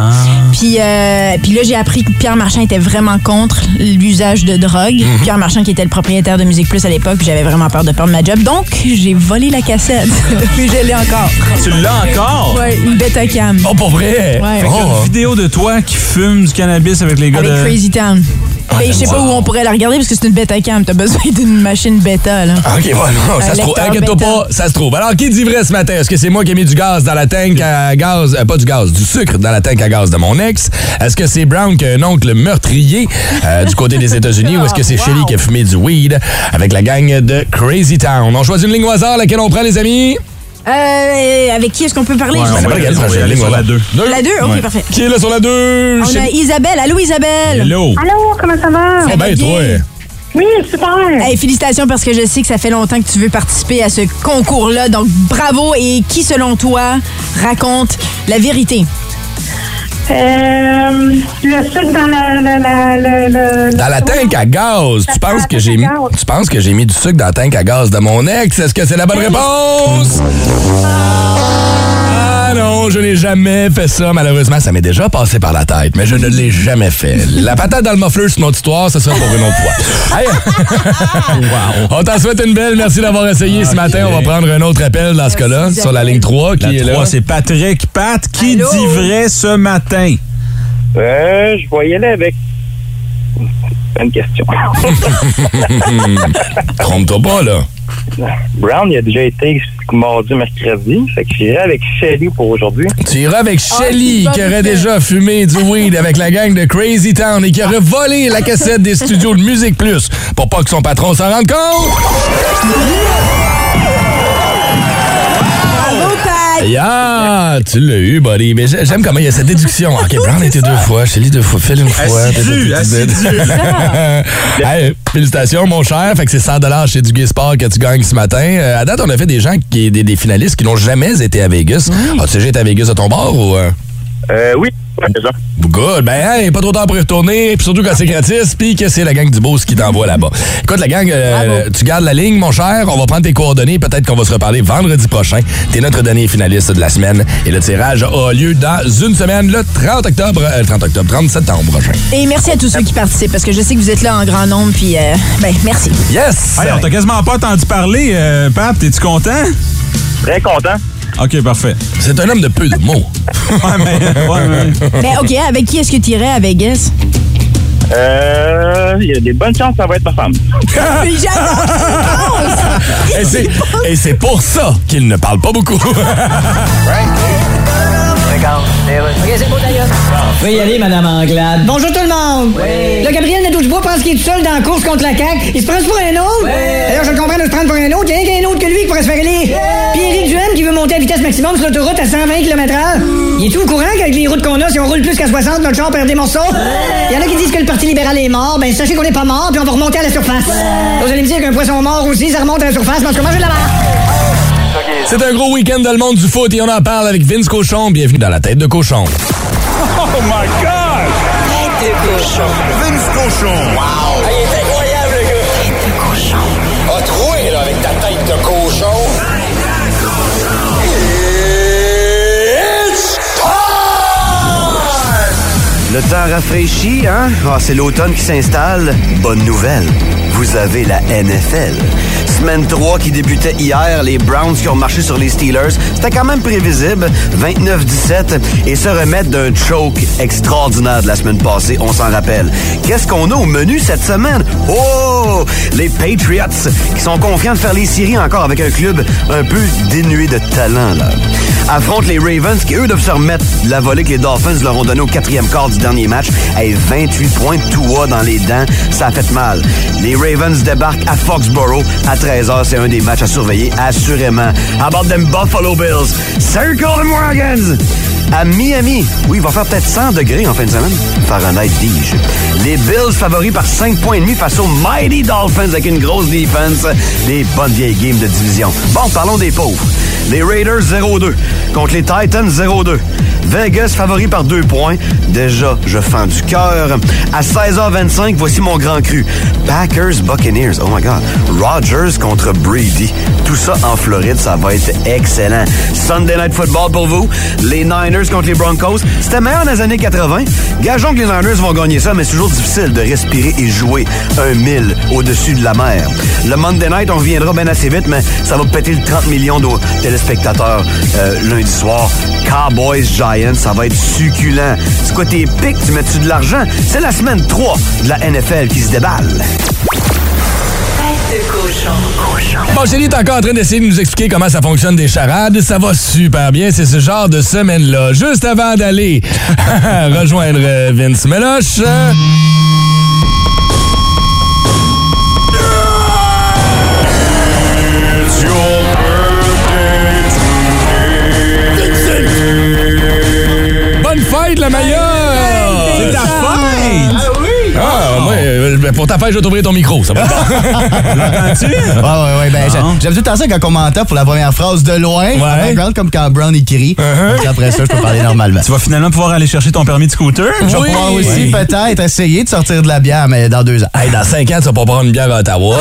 S5: Puis, euh, puis là, j'ai appris que Pierre Marchand était vraiment contre l'usage de drogue. Pierre Marchand qui était le propriétaire de Musique Plus à l'époque, puis j'avais vraiment peur de perdre ma job. Donc, j'ai volé la cassette. Puis je l'ai encore.
S3: tu l'as encore?
S5: Ouais, une bêta cam.
S2: Oh, pour vrai?
S5: Ouais.
S3: Fait qu'il y a
S2: Oh.
S3: une vidéo de toi qui fume du cannabis avec les gars
S5: Avec
S3: de.
S5: Crazy Town. Ben, je sais pas
S2: wow.
S5: où on pourrait la regarder parce que c'est une bêta cam. T'as besoin d'une machine bêta, là.
S2: Ah, OK, voilà, ça se trouve.
S5: lecteur
S2: Inquiète-toi
S5: bêta.
S2: pas, ça se trouve. Alors, qui dit vrai ce matin? Est-ce que c'est moi qui ai mis du gaz dans la tank à gaz? euh, pas du gaz, du sucre dans la tank à gaz de mon ex? Est-ce que c'est Brown qui a un oncle meurtrier euh, du côté des États-Unis ou est-ce que c'est
S5: Oh, Wow.
S2: Shelly qui a fumé du weed avec la gang de Crazy Town? On choisit une ligne au hasard, laquelle on prend, les amis?
S5: Euh, avec qui est-ce qu'on peut parler?
S3: Ouais,
S5: Je
S3: on
S5: sais
S2: Ben,
S3: va
S5: pas.
S2: pas
S3: y
S2: laquelle,
S3: aller, on va y
S2: j'ai une
S3: aller
S2: ligne au
S3: sur la
S2: hasard.
S3: deux.
S2: Deux?
S5: La 2? OK, parfait.
S2: Qui est là sur la 2?
S5: On a Isabelle. Allô, Isabelle?
S3: Hello!
S10: Allô, comment ça va?
S2: Oh, ben,
S5: bien.
S2: toi.
S10: Oui, super.
S5: Hey, félicitations parce que je sais que ça fait longtemps que tu veux participer à ce concours-là. Donc, bravo. Et qui, selon toi, raconte la vérité?
S10: Euh, le sucre dans la... la, la, la, la-
S2: Dans la tank à gaz, tu penses que j'ai mis, tu penses que j'ai mis du sucre dans la tank à gaz de mon ex Est-ce que c'est la bonne réponse Ah non, je n'ai jamais fait ça. Malheureusement, ça m'est déjà passé par la tête, mais je ne l'ai jamais fait. La patate dans le muffler, c'est notre histoire, ça sera pour une autre fois. Hey! On t'en souhaite une belle. Merci d'avoir essayé ce matin. On va prendre un autre appel dans ce cas-là, sur la ligne 3 qui
S3: La
S2: est là.
S3: trois, c'est Patrick. Pat, qui
S5: Allô?
S3: dit vrai ce matin?
S7: Euh, je voyais là avec. Bonne question.
S2: Trompe-toi pas, là.
S7: Brown, il a déjà été mardi, mercredi. Fait que j'irai avec Shelly pour aujourd'hui.
S2: Tu iras avec
S3: Ah,
S2: Shelly,
S5: c'est
S2: qui
S5: pas
S2: aurait
S5: vrai.
S2: déjà fumé du weed avec la gang de Crazy Town et qui aurait volé la cassette des studios de Musique Plus pour pas que son patron s'en rende compte.
S5: Bravo, Pat!
S2: Yeah, tu l'as eu, buddy. Mais j'ai- j'aime comment il y a cette déduction.
S3: Ah,
S2: OK, Brown a été deux fois, Shelly deux fois, Phil une fois.
S3: Assidu, assidu.
S2: Hey, félicitations, mon cher. Fait que c'est 100 chez Duguay Sport que tu gagnes ce matin. Euh, à date, Ah, on a fait des gens, qui, des, des finalistes qui n'ont jamais été à Vegas. As-tu déjà été à Vegas à ton bord ou... euh?
S7: Euh, oui, ouais, c'est ça.
S2: Good. Ben, hey, pas trop tard pour y retourner, puis surtout quand c'est gratis, puis que c'est la gang du boss qui t'envoie là-bas. Écoute, la gang, euh, tu gardes la ligne, mon cher. On va prendre tes coordonnées. Peut-être qu'on va se reparler vendredi prochain. T'es notre dernier finaliste de la semaine. Et le tirage a lieu dans une semaine, le 30 octobre. euh, 30 octobre, 30 septembre prochain.
S5: Et merci à tous ceux qui participent parce que je sais que vous êtes là en grand nombre. Puis, euh, ben, merci.
S2: Yes!
S3: Hey, on t'a quasiment pas entendu parler, euh, Pat. T'es-tu content?
S7: Très content.
S3: OK, parfait.
S2: C'est un homme de peu de mots.
S3: Ouais, mais, ouais, mais-
S5: Mais Ben, OK, avec qui est-ce que tu irais à Vegas?
S7: Euh, il y a des bonnes chances que ça va être ma femme.
S5: Mais j'adore cette réponse!
S2: Et c'est- et c'est pour ça qu'il ne parle pas beaucoup.
S11: Veuillez y aller, Madame Anglade.
S12: Bonjour tout le monde! Le Gabriel Nadeau-Dubois pense qu'il est tout seul dans la course contre la CAQ. Il se prend
S10: hein,
S12: pour un autre? Oh! D'ailleurs, je le comprends de se prendre pour un autre. Il y a rien qu'un autre que lui qui pourrait se faire élire. Puis Éric Duhem qui veut monter à vitesse maximum sur l'autoroute à 120 km/h. Il est tout au courant qu'avec les routes qu'on a, si on roule plus qu'à 60, notre char perd des morceaux? Il y en a qui disent que le Parti libéral est mort. Ben, sachez qu'on n'est pas mort, puis on va remonter à la surface. Vous allez me dire qu'un poisson mort aussi, ça remonte à la surface, parce que moi, j'ai de la marre.
S2: C'est un gros week-end dans le monde du foot et on en parle avec Vince Cochon. Bienvenue dans la tête de cochon.
S9: Vince Cochon. Wow. il est incroyable, le gars. Tête de cochon. A troué, là, avec ta tête de cochon. It's
S1: Le temps rafraîchit, hein? Ah, c'est l'automne qui s'installe. Bonne nouvelle, vous avez la NFL. Semaine 3 qui débutait hier, les Browns qui ont marché sur les Steelers, c'était quand même prévisible, 29-17, et se remettre d'un choke extraordinaire de la semaine passée, on s'en rappelle. Qu'est-ce qu'on a au menu cette semaine? Oh! Les Patriots qui sont confiants de faire les séries encore avec un club un peu dénué de talent, là. Affrontent les Ravens qui, eux, doivent se remettre de la volée que les Dolphins leur ont donnée au quatrième quart du dernier match. Hey, 28 points de Tua dans les dents, ça a fait mal. Les Ravens débarquent à Foxborough à 13h. C'est un des matchs à surveiller, assurément. À bord them Buffalo Bills. Circle the wagons! À Miami, oui, il va faire peut-être 100 degrés en fin de semaine. Fahrenheit, dis-je. Les Bills favoris par 5 points et demi face aux Mighty Dolphins avec une grosse défense. Des bonnes vieilles games de division. Bon, parlons des pauvres. Les Raiders 0-2 contre les Titans 0-2. Vegas favori par deux points. Déjà, je fends du cœur. À 16h25, voici mon grand cru. Packers Buccaneers. Oh my God. Rodgers contre Brady. Tout ça en Floride, ça va être excellent. Sunday Night Football pour vous. Les Niners contre les Broncos. C'était meilleur dans les années 80. Gageons que les Niners vont gagner ça, mais c'est toujours difficile de respirer et jouer un mille au-dessus de la mer. Le Monday Night, on reviendra bien assez vite, mais ça va péter le 30 millions de téléspectateurs euh, lundi soir. Cowboys Giants, ça va être succulent. C'est quoi tes pics? Tu mets-tu de l'argent? C'est la semaine 3 de la NFL qui se déballe.
S2: Bon, Chélie est encore en train d'essayer de nous expliquer comment ça fonctionne des charades. Ça va super bien. C'est ce genre de semaine-là. Juste avant d'aller rejoindre euh, Vince Meloche. euh, Bonne fête, la Maya!
S3: C'est ta fête!
S2: Ah, moi, euh, ben, pour ta fête, je vais t'ouvrir ton micro. Ça va être bon.
S13: Ouais, ouais, ouais. Ben, j'a- J'aime tout le temps ça quand on m'entend pour la première phrase de loin. en background, comme quand Brown il crie.
S3: Uh-huh.
S13: Puis Après ça, je peux parler normalement.
S3: Tu vas finalement pouvoir aller chercher ton permis de scooter?
S13: Je vais pouvoir aussi peut-être essayer de sortir de la bière, mais dans deux ans.
S2: Hey, dans 5 ans, tu vas pas prendre une bière à Ottawa.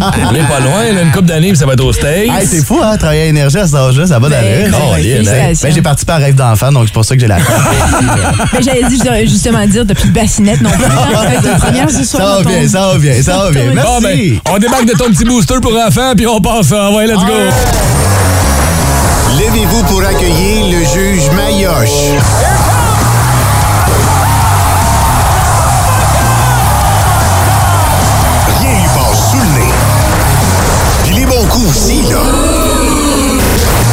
S2: On est pas loin, là, une coupe d'années, puis ça va être au States.
S13: Hey, c'est fou, hein, travailler à énergie à cet âge-là, ça va d'aller.
S2: Caroline, hein.
S13: Ben, j'ai participé à Rêve d'enfant, donc c'est pour ça que j'ai la
S5: Ben, J'allais dire- j'allais justement dire depuis le bassinette non plus. hein. Ça va être la première ce soir
S13: Ça va
S5: dans ton-
S13: bien, ça va bien, ça va bien. Merci.
S2: Bon, ben, on débarque de ton petit booster pour enfants, puis on passe. ça. Ouais, let's go.
S13: Ah!
S14: Levez-vous pour accueillir le juge Mayoche. Rien lui passe sous le nez. Puis les bons coups aussi, là.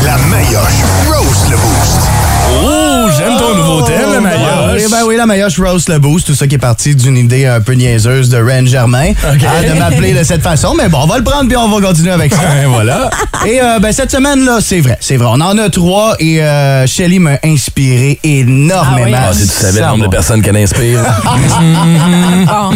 S14: La Mayoche roast le boost.
S2: Oh, j'aime ton nouveau thème, la
S13: Oui, ben oui, la maillotche Rose le boost, tout ça qui est parti d'une idée un peu niaiseuse de Ren Germain hein, de m'appeler de cette façon. Mais bon, on va le prendre puis on va continuer avec ça.
S2: voilà.
S13: Et euh, ben cette semaine là, c'est vrai, c'est vrai. On en a trois et euh, Shelly m'a inspiré énormément.
S2: Ah, si tu savais le
S13: Ça,
S2: nombre de personnes qu'elle inspire.
S5: Ah,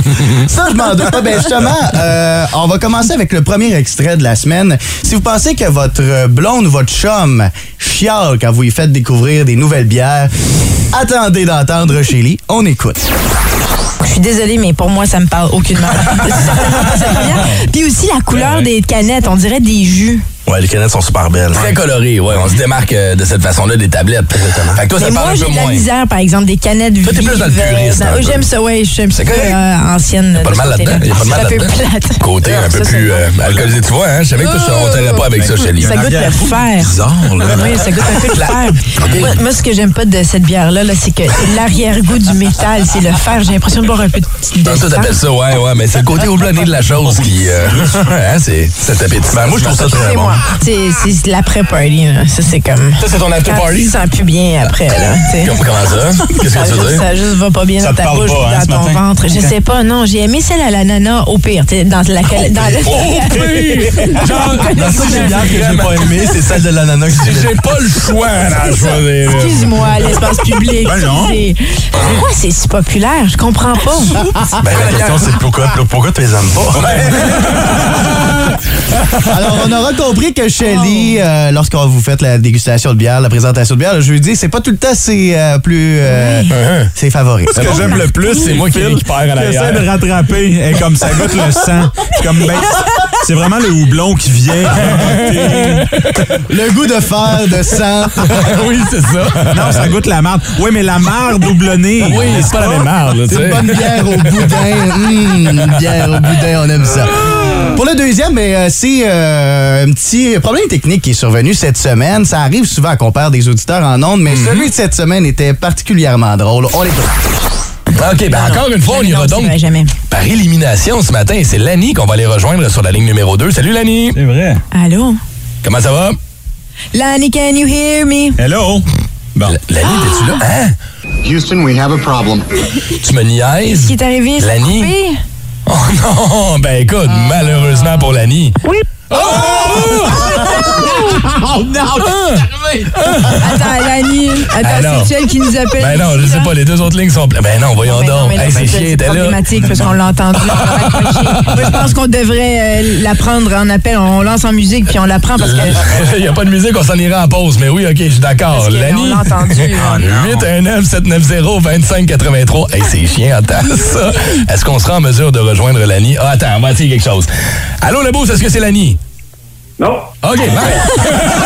S13: Ça, je m'en doute pas. Ben justement, euh, on va commencer avec le premier extrait de la semaine. Si vous pensez que votre blonde ou votre chum chiale quand vous lui faites découvrir des nouvelles bières, Attendez d'entendre Shelly. On écoute.
S5: Je suis désolée, mais pour moi, ça me parle aucunement. Certainement pas cette première. Puis aussi la couleur des canettes, on dirait des jus.
S2: Ouais, les canettes sont super belles. Très colorées, ouais. On se démarque euh, de cette façon-là des tablettes. Exactement. Fait que toi, ça
S5: mais
S2: parle
S5: moi,
S2: un
S5: j'ai
S2: peu
S5: de la
S2: moins.
S5: misère, par exemple, des canettes vives.
S2: t'es plus dans le
S5: euh,
S2: puriste,
S5: dans-
S2: un peu.
S5: J'aime ça, ouais, j'aime ça. euh, ancienne.
S2: Pas de
S5: de ce
S2: mal
S5: côté-là.
S2: là-dedans. Il y a pas de
S5: C'est
S2: mal
S5: un peu
S2: là-dedans.
S5: plate. Ah,
S2: Côté un peu plus euh, alcoolisé. Tu vois, hein? Je savais que toi, ça, on t'aurait pas avec ça, Shelly.
S5: Ça goûte le fer.
S2: bizarre, là.
S5: Oui, ça goûte un peu le fer. Moi, moi, ce que j'aime pas de cette bière-là, là, c'est que l'arrière-goût du métal, c'est le fer. J'ai l'impression de boire un peu de
S2: Dans Ben, ça, t'appelles ça, ouais, ouais, mais c'est le côté houblonné de la chose qui. euh, hein, c'est cet appétissant. Moi, je trouve ça très
S5: C'est
S2: bon.
S5: moi. C'est- C'est l'après-party. là. Ça, c'est comme.
S2: Ça, c'est ton after-party?
S5: Quand Tu te sens plus bien après. Là, tu sais.
S2: Comment- comment ça? Qu'est-ce que tu veux
S5: juste-
S2: dire?
S5: Ça juste va pas bien
S2: Ça
S5: dans
S2: te
S5: ta
S2: parle
S5: bouche,
S2: pas, hein, ce
S5: dans ton
S2: matin?
S5: ventre. Je
S2: Ok.
S5: sais pas. Non, j'ai aimé celle à l'ananas au pire. tu sais, Dans laquelle. Dans le-
S2: Oh,
S13: La seule bière que j'ai pas aimée, c'est celle de l'ananas.
S2: J'ai pas le choix à choisir.
S5: Excuse-moi, l'espace public.
S13: Ben non.
S5: C'est- Pourquoi c'est si populaire? Je comprends pas. Ah,
S14: Ben, la question, c'est pourquoi, pourquoi tu les aimes pas?
S13: Alors, on aura compris que
S2: Oh.
S13: Shelly, euh, lorsqu'on vous fait la dégustation de bière, la présentation de bière, je lui dis, c'est pas tout le temps ses euh, plus. euh, ses favoris.
S3: Moi, ce que j'aime le plus, c'est
S2: moi qui
S3: Phil
S2: récupère à
S3: qui
S2: l'arrière.
S3: essaie de rattraper. Et comme ça goûte le sang. C'est comme, ben, c'est vraiment le houblon qui vient.
S13: le goût de fer, de sang.
S2: oui, c'est ça.
S3: Non, ça goûte la marde. Oui, mais la marde doublonnée.
S2: Oui, c'est pas la même marde, là, tu
S13: C'est une
S2: sais.
S13: bonne bière au boudin. Mmh, une bière au boudin, on aime ça. Pour le deuxième, mais euh, c'est euh, un petit problème technique qui est survenu cette semaine. Ça arrive souvent qu'on perd des auditeurs en ondes, mais celui de cette semaine était particulièrement drôle. On l'écoute.
S2: OK, ben encore une fois, on ira donc
S5: ben,
S2: par élimination ce matin. Et c'est Lani qu'on va aller rejoindre sur la ligne numéro 2. Salut Lani! C'est
S3: vrai.
S5: Allô?
S2: Comment ça va?
S5: Lanny, can you hear me?
S3: Hello! Bon.
S2: Lani, t'es-tu là?
S5: Ah!
S2: Hein?
S14: Houston, we have a problem.
S2: Tu me niaises?
S5: Qu'est-ce qui est arrivé? C'est
S2: Lani?
S5: coupé?
S2: Oh non! Ben écoute, malheureusement pour Lani. Oui! Oh!
S14: Oh
S2: non!
S5: Attends, Lani.
S2: Alors.
S5: Attends, c'est elle qui nous appelle.
S2: Ben non, je sais pas, les deux autres lignes sont pleines. Ben non, voyons
S5: Ben non,
S2: donc.
S5: mais là,
S2: Hey, c'est
S5: ça,
S2: chier, t'es là.
S5: problématique parce qu'on l'a entendu. On l'a raccroché. Moi, je pense qu'on devrait euh, la prendre en appel. On lance en musique puis on la prend parce que.
S2: Il n'y a pas de musique, on s'en ira en pause. Mais oui, OK, je suis d'accord. Lani.
S5: on l'a entendu,
S2: Ah,
S5: hein.
S2: non. 819-790-2583. Hey, c'est chiant, attends ça. Est-ce qu'on sera en mesure de rejoindre Lani? Ah, attends, on va essayer quelque chose. Allô, le beau, est-ce que c'est Lani?
S7: Non.
S2: OK, bye.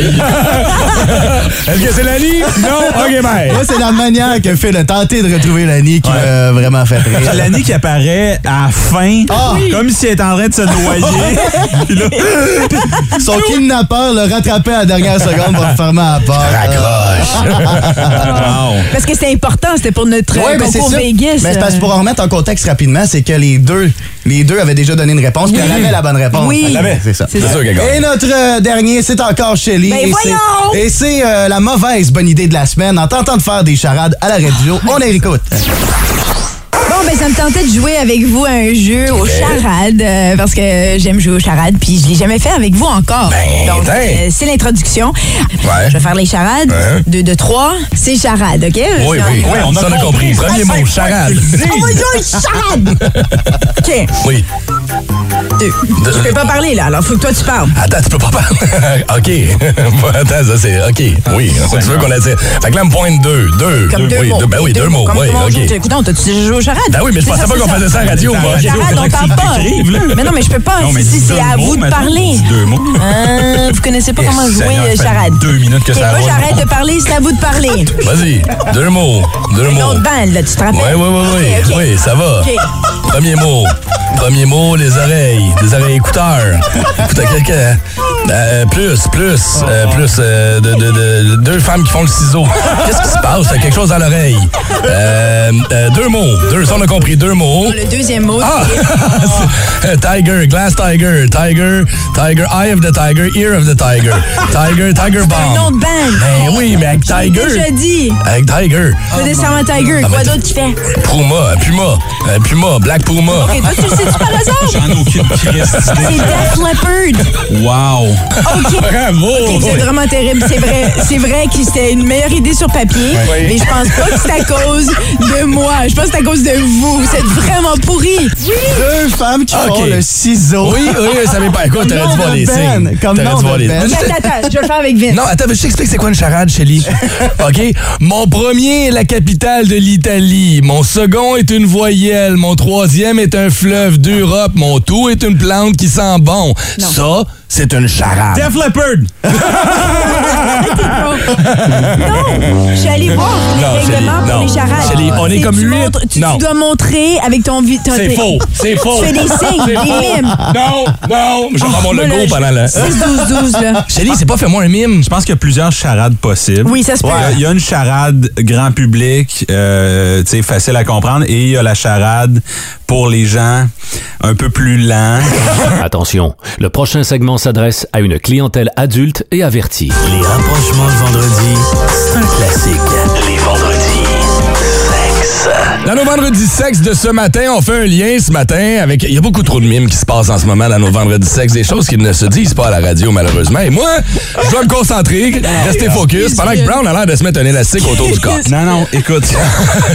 S2: Est-ce que c'est Lani? Non? OK, bye.
S13: Moi, c'est la manière que Phil a tenté de retrouver Lani qui m'a vraiment fait rire.
S3: C'est Lani qui apparaît à la fin,
S5: Ah!
S3: comme si elle était en train de se noyer. Puis là,
S13: Son kidnappeur le rattrapait à la dernière seconde pour le fermer à la porte.
S2: Ah,
S3: Raccroche.
S5: Parce que c'était important, c'était pour notre euh,
S13: Ouais,
S2: ben,
S13: mais c'est
S5: concours
S13: ça.
S5: Vegas.
S13: Mais c'est
S10: euh.
S13: parce que pour en remettre en contexte rapidement, c'est que les deux, les deux avaient déjà donné une réponse, puis
S5: Oui.
S13: elle avait la bonne réponse.
S5: Oui.
S13: Elle l'avait, c'est ça.
S5: euh, C'est ça. sûr qu'elle gagne.
S13: Et notre euh, dernier, c'est encore Shelly.
S5: Ben
S13: et c'est-
S5: voyons!
S13: Et c'est euh, la mauvaise bonne idée de la semaine. En tentant de faire des charades à la
S10: Ah,
S13: radio, on les écoute.
S5: Bon, ben ça me tentait de jouer avec vous à un jeu aux charades, euh, parce que j'aime jouer aux charades, puis je l'ai jamais fait avec vous encore.
S2: Ben,
S5: Donc, euh, c'est l'introduction. Je vais faire les charades.
S2: Ouais.
S5: Deux, deux, trois. C'est charade, OK?
S2: Oui, oui, oui, on a, compris. Premier mot, charade.
S5: On va jouer aux charades! OK.
S2: Oui.
S5: Deux. Je peux pas parler, là, alors faut que toi tu parles.
S2: Attends, tu peux pas parler. OK. Bon, Attends, ça c'est. OK. Oui. Tu veux qu'on la dise. Fait que là, me pointe deux. Deux.
S5: Comme deux,
S2: oui,
S5: mots.
S2: Deux, ben oui, deux, mots.
S5: Comme
S2: Oui,
S5: comment on joue,
S2: OK.
S5: tu- Écoute, on t'as-tu déjà joué aux charades?
S2: Ben oui, mais je
S5: C'est
S2: pensais pas
S5: c'est
S2: qu'on faisait ça à la radio, moi.
S5: Les charades, on parle pas.
S2: T'écrives, là.
S5: Mais non, mais je peux pas.
S2: Non, mais
S5: Si- si,
S2: dis
S5: C'est
S2: deux
S5: à
S2: mots,
S5: vous de
S2: mettons,
S5: parler.
S2: dis deux mots.
S5: Hein, Vous connaissez pas comment jouer
S2: Seigneur,
S5: aux
S2: ça fait
S5: charades.
S2: deux minutes que
S5: Et
S2: ça
S5: moi,
S2: roule.
S5: j'arrête de parler, c'est à vous de parler.
S2: Vas-y. Deux mots. Deux
S5: Une
S2: mots.
S5: autre balle, là, tu te
S2: Oui,
S5: rappelles?
S2: oui, oui, oui.
S5: Ok, ok.
S2: Oui, ça va.
S5: Ok.
S2: Premier mot. Premier mot, les oreilles. Des oreilles écouteurs. Écoute, quelqu'un. euh, plus, plus, euh, plus euh, de, de- de- de- deux femmes qui font le ciseau. Qu'est-ce qui se passe? T'as quelque chose à l'oreille. Euh, euh, deux mots. Deux, ça, on a compris. Deux mots.
S5: Le deuxième mot,
S2: Ah! Euh, tiger, Glass Tiger, Tiger, Tiger, Eye of the Tiger, Ear of the Tiger, Tiger, Tiger Bomb.
S5: nom de band.
S2: Ben oui, mais avec
S5: c'est
S2: Tiger.
S5: déjà dit.
S2: Avec Tiger.
S5: Pas nécessairement Tiger.
S2: Ah,
S5: Quoi
S2: ben,
S5: d'autre qui fait?
S2: Puma, Puma, euh, Puma, Black Puma.
S5: Ok, toi, tu le sais-tu par hasard?
S3: J'en ai aucune crise.
S5: C'est Def Leppard.
S3: Wow!
S5: OK.
S2: Bravo!
S5: OK, c'est vraiment terrible. C'est vrai, c'est vrai que c'était une meilleure idée sur papier,
S2: Ouais.
S5: mais je pense pas que c'est à cause de moi. Je pense que c'est à cause de vous. Vous êtes vraiment pourris.
S13: Deux femmes qui
S2: OK.
S13: font le ciseau.
S2: Oui, oui, oui, ça m'est pas. Écoute, t'aurais dû voir les
S13: Ben,
S2: signes.
S13: comme
S2: T'aurais
S13: nom
S2: dû voir
S13: de
S2: les-
S13: Ben.
S2: Je te-
S5: Attends, attends, je vais le faire avec Vince.
S2: Non, attends, je t'explique c'est quoi une charade, Shelly. OK? Mon premier est la capitale de l'Italie. Mon second est une voyelle. Mon troisième est un fleuve d'Europe. Mon tout est une plante qui sent bon. Ça, c'est une charade.
S3: Def
S5: Non, je suis allée voir les
S2: Non, Shelley,
S5: règlements pour
S2: non.
S5: les charades.
S2: Shelley, on est
S5: C'est
S2: comme
S5: tu
S2: huit.
S5: montres- tu,
S2: Non.
S5: tu dois montrer avec ton... vi- ton-
S2: C'est
S5: tes-
S2: faux, c'est faux.
S5: Tu fais des signes,
S2: C'est
S5: des
S2: faux.
S5: mimes.
S2: Non, non, je vais
S5: Oh,
S2: prends mon
S5: moi, là,
S2: logo pendant la...
S5: 6-12-12, là.
S2: Chélie, c'est pas fais-moi un mime.
S3: Je pense qu'il y a plusieurs charades possibles.
S5: Oui, ça se peut.
S3: Il y a- Il y a une charade grand public, euh, tu sais, facile à comprendre, et il y a la charade pour les gens un peu plus lents.
S9: Attention, le prochain segment s'adresse à une clientèle adulte et avertie.
S15: Les rapprochements le vendredi, c'est un classique. Les vendredis, sexe.
S2: Dans nos vendredis sexes de ce matin, on fait un lien ce matin avec. Il y a beaucoup trop de mimes qui se passent en ce moment dans nos vendredis sexes, des choses qui ne se disent pas à la radio, malheureusement. Et moi, je dois me concentrer, rester
S5: Ah,
S2: focus, pendant que Brown a l'air de se mettre un élastique autour du corps.
S3: Non, non, écoute.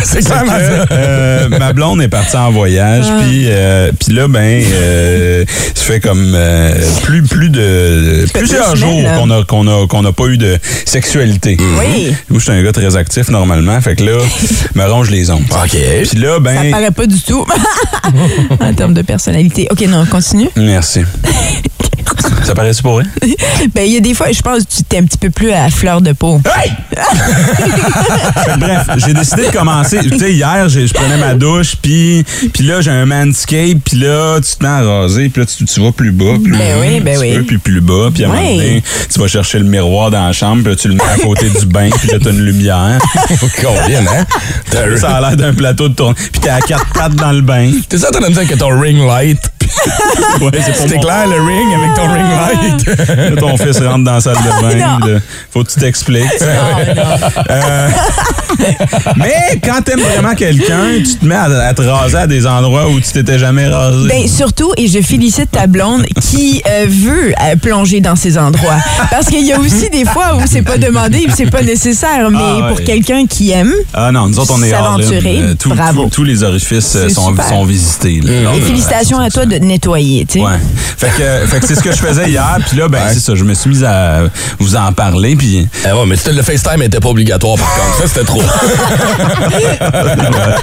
S2: C'est clairement
S3: que, euh, ma blonde est partie en voyage,
S2: Ah.
S3: puis euh, puis là, ben, euh, ça fait comme euh, plus plus de plusieurs
S2: deux
S3: jours
S2: semaines, là.
S3: qu'on a qu'on a qu'on n'a pas eu de sexualité.
S5: Oui.
S3: Moi, je suis un gars très actif normalement, fait que là, me ronge les ongles.
S2: Ok.
S3: Puis là,
S5: Ça
S2: Eh.
S3: ben,
S5: paraît pas du tout en termes de personnalité. OK, non, continue.
S3: merci. ça paraît tu pour vrai?
S5: Ben, il y a des fois, je pense que tu t'es un petit peu plus à fleur de peau.
S2: Euh.
S3: Fait que Bref, j'ai décidé de commencer. Tu sais, hier, j'ai- je prenais ma douche, puis puis là, j'ai un manscape, puis là, tu te mets à raser, puis là, tu, tu vas plus bas, plus
S5: Ben
S3: bas,
S5: oui, ben
S3: un petit
S5: oui.
S3: peu, puis plus bas, puis à un
S5: Ouais.
S3: moment donné, tu vas chercher le miroir dans la chambre, puis là, tu le mets à côté du bain, puis là, t'as une lumière.
S5: Oh,
S2: Combien, hein? T'as-
S3: Ça a l'air d'un plateau de tournée. Puis t'es à quatre pattes dans le bain.
S2: T'es ça en train de me dire que ton ring light.
S3: Ouais, c'est pour
S2: C'était
S3: mon-
S2: clair le ring avec ton ring light.
S3: Là, ton fils rentre dans la salle de bain. puis là, Faut que tu t'expliques. Euh, mais quand t'aimes vraiment quelqu'un, tu te mets à, à te raser à des endroits où tu t'étais jamais rasé.
S5: Ben surtout, et je félicite ta blonde qui euh, veut euh, plonger dans ces endroits. Parce qu'il y a aussi des fois où c'est pas demandé, et c'est pas nécessaire, mais
S3: Ah, ouais.
S5: pour quelqu'un qui aime,
S3: ah non, nous autres, on est hors ligne.
S5: S'aventurer,
S3: Euh, tout-
S5: bravo.
S3: tout- Tous les orifices euh,
S5: C'est
S3: sont,
S5: super.
S3: sont visités. là. Alors,
S5: et
S3: euh,
S5: félicitations à toi de te nettoyer, tu sais.
S3: Ouais. Fait que, fait que c'est ce que je faisais hier. Puis là, ben, c'est ça. Je me suis mis à vous en parler. Puis.
S2: Eh ouais, mais c'était- le FaceTime était pas obligatoire par contre. Ça, c'était trop.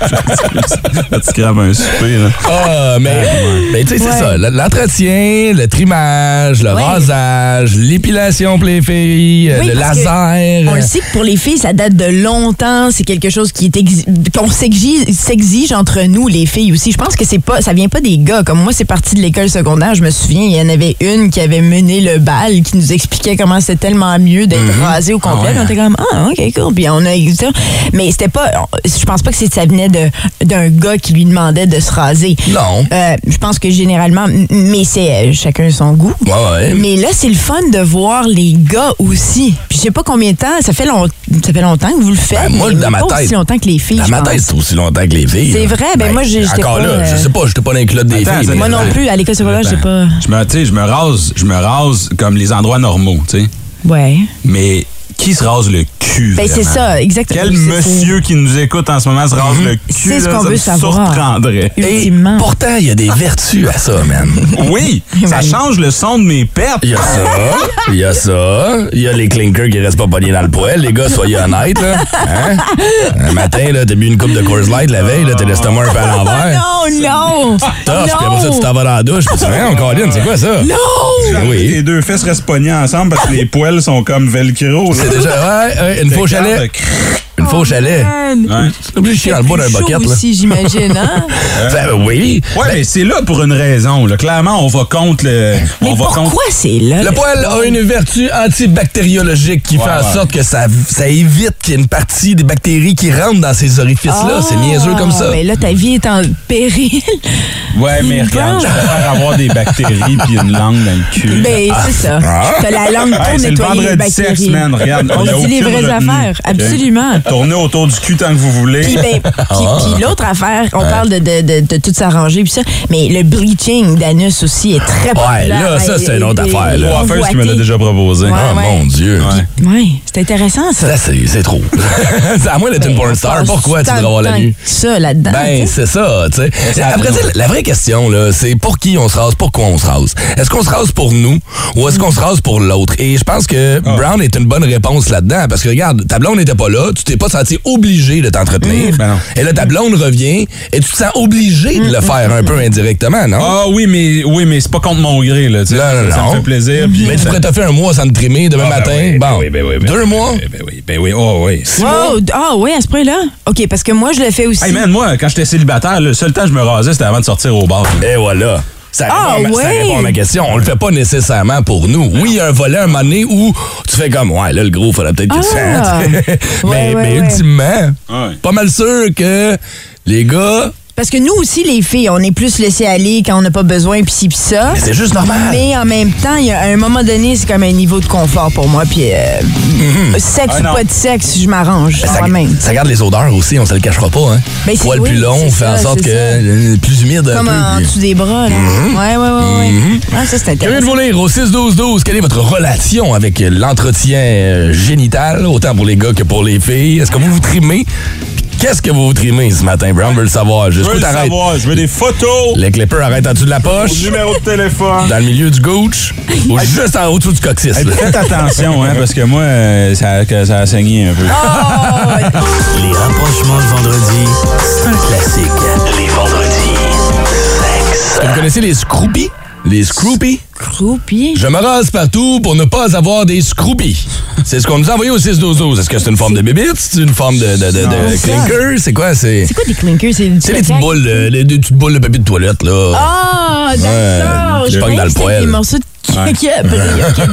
S3: tu crames un souper, là.
S2: Ah, mais, mais tu sais, c'est ça. le- L'entretien, le trimage, le rasage, l'épilation pour les filles, euh,
S5: Oui,
S2: le
S5: parce que
S2: laser.
S5: On le sait que pour les filles, ça date de longtemps. C'est quelque chose qui est exi- qu'on s'exige, s'exige entre nous, les filles aussi. Je pense que c'est pas, ça vient pas des gars. Comme moi, c'est parti de l'école secondaire. Je me souviens, il y en avait une qui avait mené le bal, qui nous expliquait comment c'était tellement mieux d'être rasé au complet.
S16: Ah ouais.
S5: Puis On était comme ah ok cool. Puis on a ça. Mais c'était pas. on- Je pense pas que c'est- ça venait de- d'un gars qui lui demandait de se raser.
S2: Non.
S5: Euh, je pense que généralement, m- mais c'est euh, chacun son goût.
S2: Ouais, ouais.
S5: Mais là, c'est le fun de voir les gars aussi. Puis je sais pas combien de temps, ça fait, long- ça fait longtemps que vous le faites.
S2: Ben, moi,
S5: mais
S2: dans ma
S5: pas
S2: tête-
S5: aussi longtemps que les filles.
S2: Dans
S5: je
S2: ma tête,
S5: pense.
S2: c'est aussi longtemps que les filles.
S5: C'est vrai, ben, moi, j'ai- j'étais
S2: Encore
S5: pas,
S2: là,
S5: euh,
S2: je sais pas, j'étais pas dans les clubs des
S3: Attends,
S2: filles.
S3: attends,
S2: mais-
S5: Moi non plus, à l'école secondaire, Ah, j'ai pas.
S3: Ben, Je me, tu sais, je me rase, je me rase comme les endroits normaux, tu sais.
S5: Ouais.
S3: Mais qui se rase le cul
S5: Ben, c'est
S3: vraiment?
S5: ça, exactement.
S3: Quel
S5: Oui, c'est-
S3: monsieur qui nous écoute en ce moment se rase le cul
S5: C'est ce
S3: là,
S5: qu'on
S3: ça
S5: veut
S3: me
S5: savoir.
S3: Surprendrait.
S2: Et pourtant, il y a
S5: Ah.
S2: des vertus à ça, man.
S3: Oui, ça change le son de mes pertes.
S2: Il y a ça, il y a ça, il y a les clinkers qui restent pas pognés dans le poêle. Les gars, soyez honnêtes, là. Hein? Un matin, là, t'as bu une coupe de Coors Light la veille, là, t'as l'estomac un peu à l'envers.
S5: Oh non!
S2: Ah, Tough, puis après ça, tu t'en vas dans la douche, puis tu hein, dis, on colline, c'est quoi ça?
S3: Non!
S2: Oui.
S3: Les deux fesses restent pognées ensemble parce que les poils sont comme velcro.
S2: C'est déjà, ouais, ouais, une
S3: Fait
S2: fausse
S3: que
S2: chalet. Une fausse chalet.
S3: Ouais.
S2: T'es obligé de chier dans le bois d'un
S5: Ah. Chaud
S2: bucket, là.
S5: aussi, j'imagine, hein?
S2: Ben oui.
S3: Ouais, mais c'est là pour une raison. là. Clairement, on va contre le. on va contre...
S5: c'est là?
S2: Le poêle a une vertu antibactériologique qui
S3: Ouais,
S2: fait en
S3: ouais.
S2: sorte que ça, ça évite qu'il y ait une partie des bactéries qui rentrent dans ces orifices-là. C'est niaiseux comme ça.
S5: Ah, Mais ben là, ta vie est en péril.
S3: Ouais, mais regarde, je préfère avoir des bactéries puis une langue dans le cul.
S5: Ben, c'est ça.
S3: Ah.
S5: T'as la langue pour
S3: Hey, c'est le
S5: nettoyer les
S3: vendredi
S5: bactéries.
S3: sexe, man. Regarde, y a
S5: On dit les
S3: aucune
S5: vraies
S3: retenue.
S5: affaires,
S3: OK?
S5: absolument.
S3: tournez autour du cul tant que vous voulez.
S5: Puis, ben,
S2: Ah.
S5: puis- puis l'autre affaire, on parle de, de, de, de tout s'arranger, puis ça, mais le bleaching d'anus aussi est très
S2: Ouais,
S5: populaire.
S2: là, ça, c'est une autre
S5: Et- et-
S2: affaire. là.
S5: convoité.
S3: qui me l'a déjà proposé.
S5: Ouais,
S2: Ah,
S5: ouais.
S2: mon Dieu.
S5: Ouais, c'est intéressant,
S2: Ça,
S5: ça.
S2: c'est c'est trop. Ben, C'est à moi d'être une porn star. Pourquoi tu
S5: Tant-
S2: devrais avoir la
S5: tant
S2: nuit?
S5: que Ça, là-dedans.
S2: Ben,
S5: tu sais.
S2: c'est ça, tu sais. Après, tu sais, la vraie question, là, c'est pour qui on se rase, pourquoi on se rase? Est-ce qu'on se rase pour nous ou est-ce qu'on se rase pour l'autre? Et je pense que
S3: Ah.
S2: Brown est une bonne réponse là-dedans parce que regarde, ta blonde n'était pas là, tu t'es pas senti obligé de
S3: Mm.
S2: t'entretenir.
S3: Ben
S2: Et là, ta blonde revient et tu te sens obligé de le faire un peu indirectement, non?
S3: Ah oui, mais oui, mais c'est pas contre mon gré, là. tu sais.
S2: Non, non,
S3: Ça
S2: non.
S3: me fait plaisir. puis ben,
S2: Mais tu
S3: ça-
S2: pourrais t'as fait un mois sans te trimer demain
S3: Ah, ben
S2: matin.
S3: oui, ben
S2: bon,
S3: oui, ben oui, ben
S2: deux
S3: oui,
S2: mois.
S3: Ben oui, ben oui, oh oui.
S5: Wow, d- Ah oui, à ce point-là? OK, parce que moi, je le fais aussi.
S3: Hey man, moi, quand j'étais célibataire, le seul temps que je me rasais, c'était avant de sortir au bar.
S2: Et voilà. Ça
S5: Ah,
S2: répond, à ma- ça
S5: ouais?
S2: répond à ma question. On le fait pas nécessairement pour nous. Oui, il y a un volet, un moment donné où tu fais comme, ouais, là, le gros, faudrait peut-être que tu
S5: Ah!
S2: fasses. mais,
S5: Ouais, ouais,
S2: mais
S5: ouais.
S2: ultimement, pas mal sûr que les gars.
S5: Parce que nous aussi, les filles, on est plus laissé aller quand on n'a pas besoin, pis ci, pis ça.
S2: Mais c'est juste normal.
S5: Mais en même temps, il y a- à un moment donné, c'est comme un niveau de confort pour moi. Puis euh, sexe
S2: Ah,
S5: ou
S2: non.
S5: pas de sexe, je m'arrange moi-même.
S2: Ça garde les odeurs aussi, on se le cachera pas. Hein.
S5: Ben, c'est-
S2: Poil
S5: oui,
S2: plus long,
S5: c'est
S2: fait en
S5: ça,
S2: sorte
S5: c'est
S2: que
S5: ça.
S2: euh, plus humide. un
S5: Comme
S2: peu,
S5: en
S2: puis-
S5: dessous des bras, là. Ouais, ouais, ouais, ouais. Ah, ça, c'est
S2: Curieux de
S5: intéressant.
S2: vous lire au 6-12-12, quelle est votre relation avec l'entretien euh, génital, autant pour les gars que pour les filles? Est-ce que vous vous trimez? Puis Qu'est-ce que vous vous trimez ce matin, Brown? veut le savoir.
S3: Je
S2: Jusqu'où
S3: veux le
S2: t'arrêtes?
S3: savoir, je veux des photos.
S2: Les clippers arrêtent en dessous de la poche.
S3: Mon numéro de téléphone.
S2: Dans le milieu du gooch ou juste en haut du coccyx.
S3: Hey,
S2: là.
S3: faites attention, hein, parce que moi, euh, ça, que ça a saigné un peu.
S5: Ah,
S15: Les rapprochements de vendredi, c'est un classique. Les vendredis, sexe.
S2: Vous connaissez les scroupies? Les scroupies?
S5: Croupier.
S2: Je me rase partout pour ne pas avoir des scroupies. C'est ce qu'on nous a envoyé au 6-12-12. Est-ce que c'est une forme de bébite? C'est une forme de, de, de- de
S5: Non.
S2: clinker? C'est quoi? C'est
S5: C'est quoi des clinkers? C'est du
S2: c'est les petites
S5: caca?
S2: boules, euh, les, des petites boules de papier de toilette, là.
S5: Ah, d'accord.
S2: Ouais, euh, je
S5: Je
S2: pogne
S5: pense
S2: dans le
S5: que c'était
S2: poêle. Oh,
S5: Des morceaux de
S2: Ouais.
S5: caca. OK,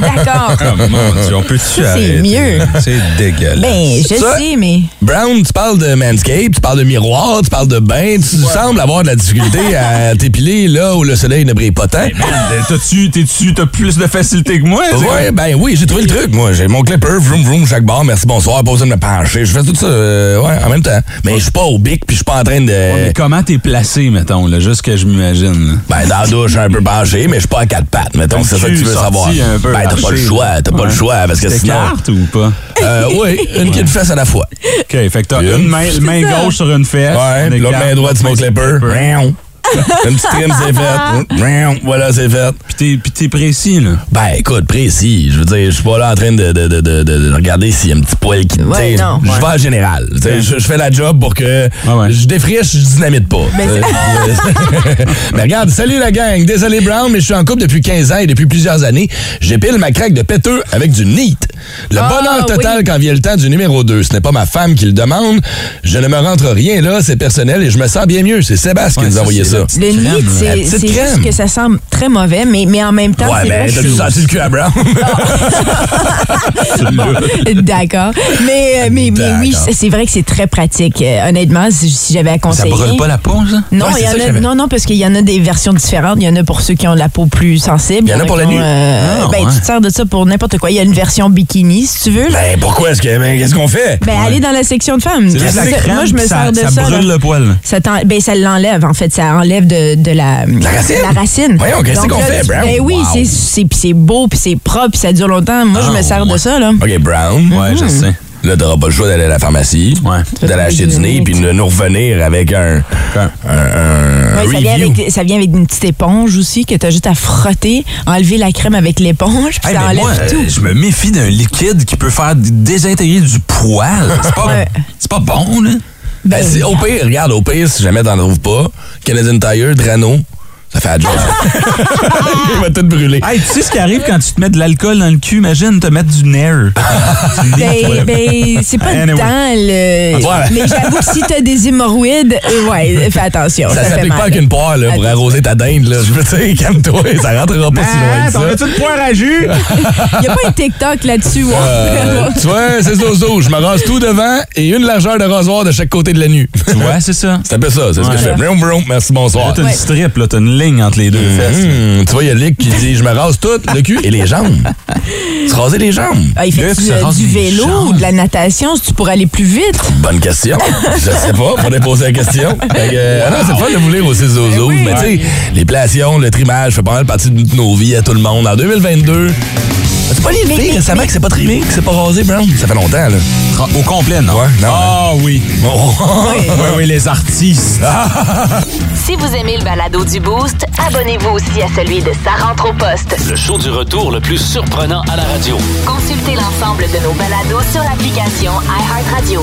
S5: d'accord.
S3: Ah, mon Dieu, on peut-tu
S5: Ça, c'est
S3: arrêter?
S5: mieux.
S3: C'est dégueulasse.
S5: Ben, je
S2: Ça-
S5: sais, mais...
S2: Brown, tu parles de manscape, tu parles de miroir, tu parles de bain, tu sembles avoir de la difficulté à t'épiler là où le soleil ne brille pas tant.
S3: Ben, T'as-tu, t'es-tu, t'as plus de facilité que moi? tu sais?
S2: Ouais, ben oui, j'ai trouvé le truc, moi. J'ai mon clipper, vroom vroom, chaque barre, merci, bonsoir, pas besoin de me pencher. Je fais tout ça, euh, ouais, en même temps. Mais je suis pas au bic, puis je suis pas en train de...
S3: Ouais, mais comment t'es placé, mettons, là, juste que je m'imagine? là?
S2: Ben, dans la douche, un peu penché, mais je suis pas à quatre pattes, mettons,
S3: Ben,
S2: c'est ça que
S3: cul
S2: tu veux
S3: sorti
S2: savoir.
S3: un peu
S2: ben, t'as pas le
S3: marché.
S2: choix, t'as pas le
S3: Ouais.
S2: chois, parce que sinon...
S3: T'écartes ou pas?
S2: Euh, oui, une qui le fesse à la fois.
S3: OK, fait que t'as une main, main gauche sur une fesse.
S2: Ouais,
S3: une
S2: puis l'autre
S3: écarte,
S2: main droite, c'est mon
S3: l'autre main
S2: clipper.
S3: sur le
S2: Miaou. Une petite trim, c'est fait. Miaou. Voilà, c'est fait.
S3: Puis t'es- Puis t'es précis, là.
S2: Ben, écoute, précis. Je veux dire, je suis pas là en train de, de, de, de, de regarder s'il y a un petit poil qui.
S5: Ouais,
S2: t'sais,
S5: non.
S2: Je vais en général. Tu sais, Je je fais la job pour que je défriche, je dynamite pas. Euh, euh, mais regarde, salut la gang. Désolé, Brown, mais je suis en couple depuis 15 ans et depuis plusieurs années. J'épile ma craque de péteux avec du neat. Le
S5: Ah,
S2: bonheur total
S5: oui.
S2: quand vient le temps du numéro 2. Ce n'est pas ma femme qui le demande. Je ne me rentre rien là, c'est personnel et je me sens bien mieux. C'est Sébastien qui nous a envoyé ça.
S5: Le nid,
S2: La
S5: c'est
S2: petite
S5: c'est juste
S2: crème.
S5: que ça semble très mauvais, mais, mais en même temps,
S2: Ouais,
S5: c'est vrai
S2: ben,
S5: que
S2: t'as dû
S5: c'est-
S2: sentir le cul à Brown.
S5: D'accord. Mais, euh, mais, mais oui,
S2: D'accord.
S5: c'est c'est vrai que c'est très pratique. Euh, honnêtement, si si j'avais à conseiller.
S3: peau, ça?
S5: Non,
S2: Ouais, c'est
S5: il y en
S2: ça que
S5: a-
S2: j'avais.
S5: non, non, parce qu'il y en a des versions différentes. Il y en a pour ceux qui ont la peau plus sensible.
S2: Il y en a pour
S5: qui
S2: la
S5: ont,
S2: nuit.
S5: euh,
S2: Ah,
S5: ben,
S2: ouais.
S5: tu te sers de ça pour n'importe quoi. Il y a une version bikini, si tu veux. là.
S2: Ben pourquoi est-ce que ben, qu'est-ce qu'on fait
S5: Ben, allez dans la section de femmes.
S3: C'est juste la
S5: Ça-
S3: crème,
S5: moi, je me
S3: puis ça-
S5: sers de ça.
S3: ça brûle
S5: là.
S3: le poil.
S5: Ça, t'en- ben, ça l'enlève, en fait. Ça enlève de, de la,
S2: La racine?
S5: racine.
S2: Voyons, qu'est-ce
S5: Donc,
S2: qu'on
S5: là,
S2: fait,
S5: tu-
S2: Brown?
S5: Ben oui,
S2: Wow.
S5: c'est- c'est puis c'est beau, puis c'est propre, puis ça dure longtemps. Moi, je me
S2: Ah.
S5: sers de ça, Hmm. là.
S2: OK, Brown.
S3: Ouais, je sais.
S2: Là, t'auras pas le choix d'aller à la pharmacie, d'aller acheter du nez, puis de nous revenir avec un, un, un
S5: Ouais, ça, vient
S2: review.
S5: avec, ça vient avec une petite éponge aussi que tu as juste à frotter, enlever la crème avec l'éponge, puis
S3: Hey,
S5: ça
S3: mais
S5: enlève
S3: moi, euh,
S5: tout.
S3: je me méfie d'un liquide qui peut faire d- désintégrer du poil. C'est pas,
S5: Ouais.
S3: c'est pas bon, là.
S2: Ben, si- au pire, regarde, au pire, si jamais t'en trouves pas, Canadian Tire, Drano, ça fait la job. Il va tout brûler.
S3: Hey, tu sais ce qui arrive quand tu te mets de l'alcool dans le cul? Imagine te mettre du Nair. Du
S5: Ben,
S3: liquide.
S5: ben, c'est pas
S3: Anyway.
S5: tant le.
S2: Ah,
S3: Ouais.
S5: Mais j'avoue que si t'as des hémorroïdes, euh, ouais, fais attention.
S2: Ça
S5: fait
S2: s'applique pas
S5: mal.
S2: avec une poire là, pour arroser ta dinde. Là. Je veux dire, calme-toi, ça rentrera pas si loin que ça.
S3: une poire à jus?
S5: Il y a pas un TikTok là-dessus. où on-
S2: Euh, tu vois, c'est 12 12 Je me rase tout devant et une largeur de rasoir de chaque côté de la nuque.
S3: Ouais, c'est ça.
S2: C'est un peu ça, c'est ce que je fais. Vroom, vroom, merci, bonsoir. Hmm.
S3: T'as une strip, là, t'as une ligne entre les deux fesses.
S2: Tu vois, il y a Luc qui dit Je me rase tout, le cul et les jambes. Se raser les jambes. Euh,
S5: Ah, il fait
S2: Luc
S5: du,
S2: se rase
S5: du
S2: les
S5: vélo ou de la natation si tu pourrais aller plus vite?
S2: Bonne question. Je sais pas, faudrait poser la question. Fait que, euh, ah non, c'est le fun de vous lire aussi aux autres. Mais tu sais, les plations, le trimage fait pas mal partie de nos vies à tout le monde. En 2022, c'est pas les
S5: Mais-
S2: filles récemment que c'est pas trimé, que c'est pas rasé, Brown? Ça fait longtemps, là. Au complet, non? Ah oui.
S3: Oui, oui, les artistes.
S16: Si vous aimez le balado du Boost, abonnez-vous aussi à celui de Sa rentre au poste.
S9: Le show du retour le plus surprenant à la radio.
S16: Consultez l'ensemble de nos balados sur l'application iHeartRadio.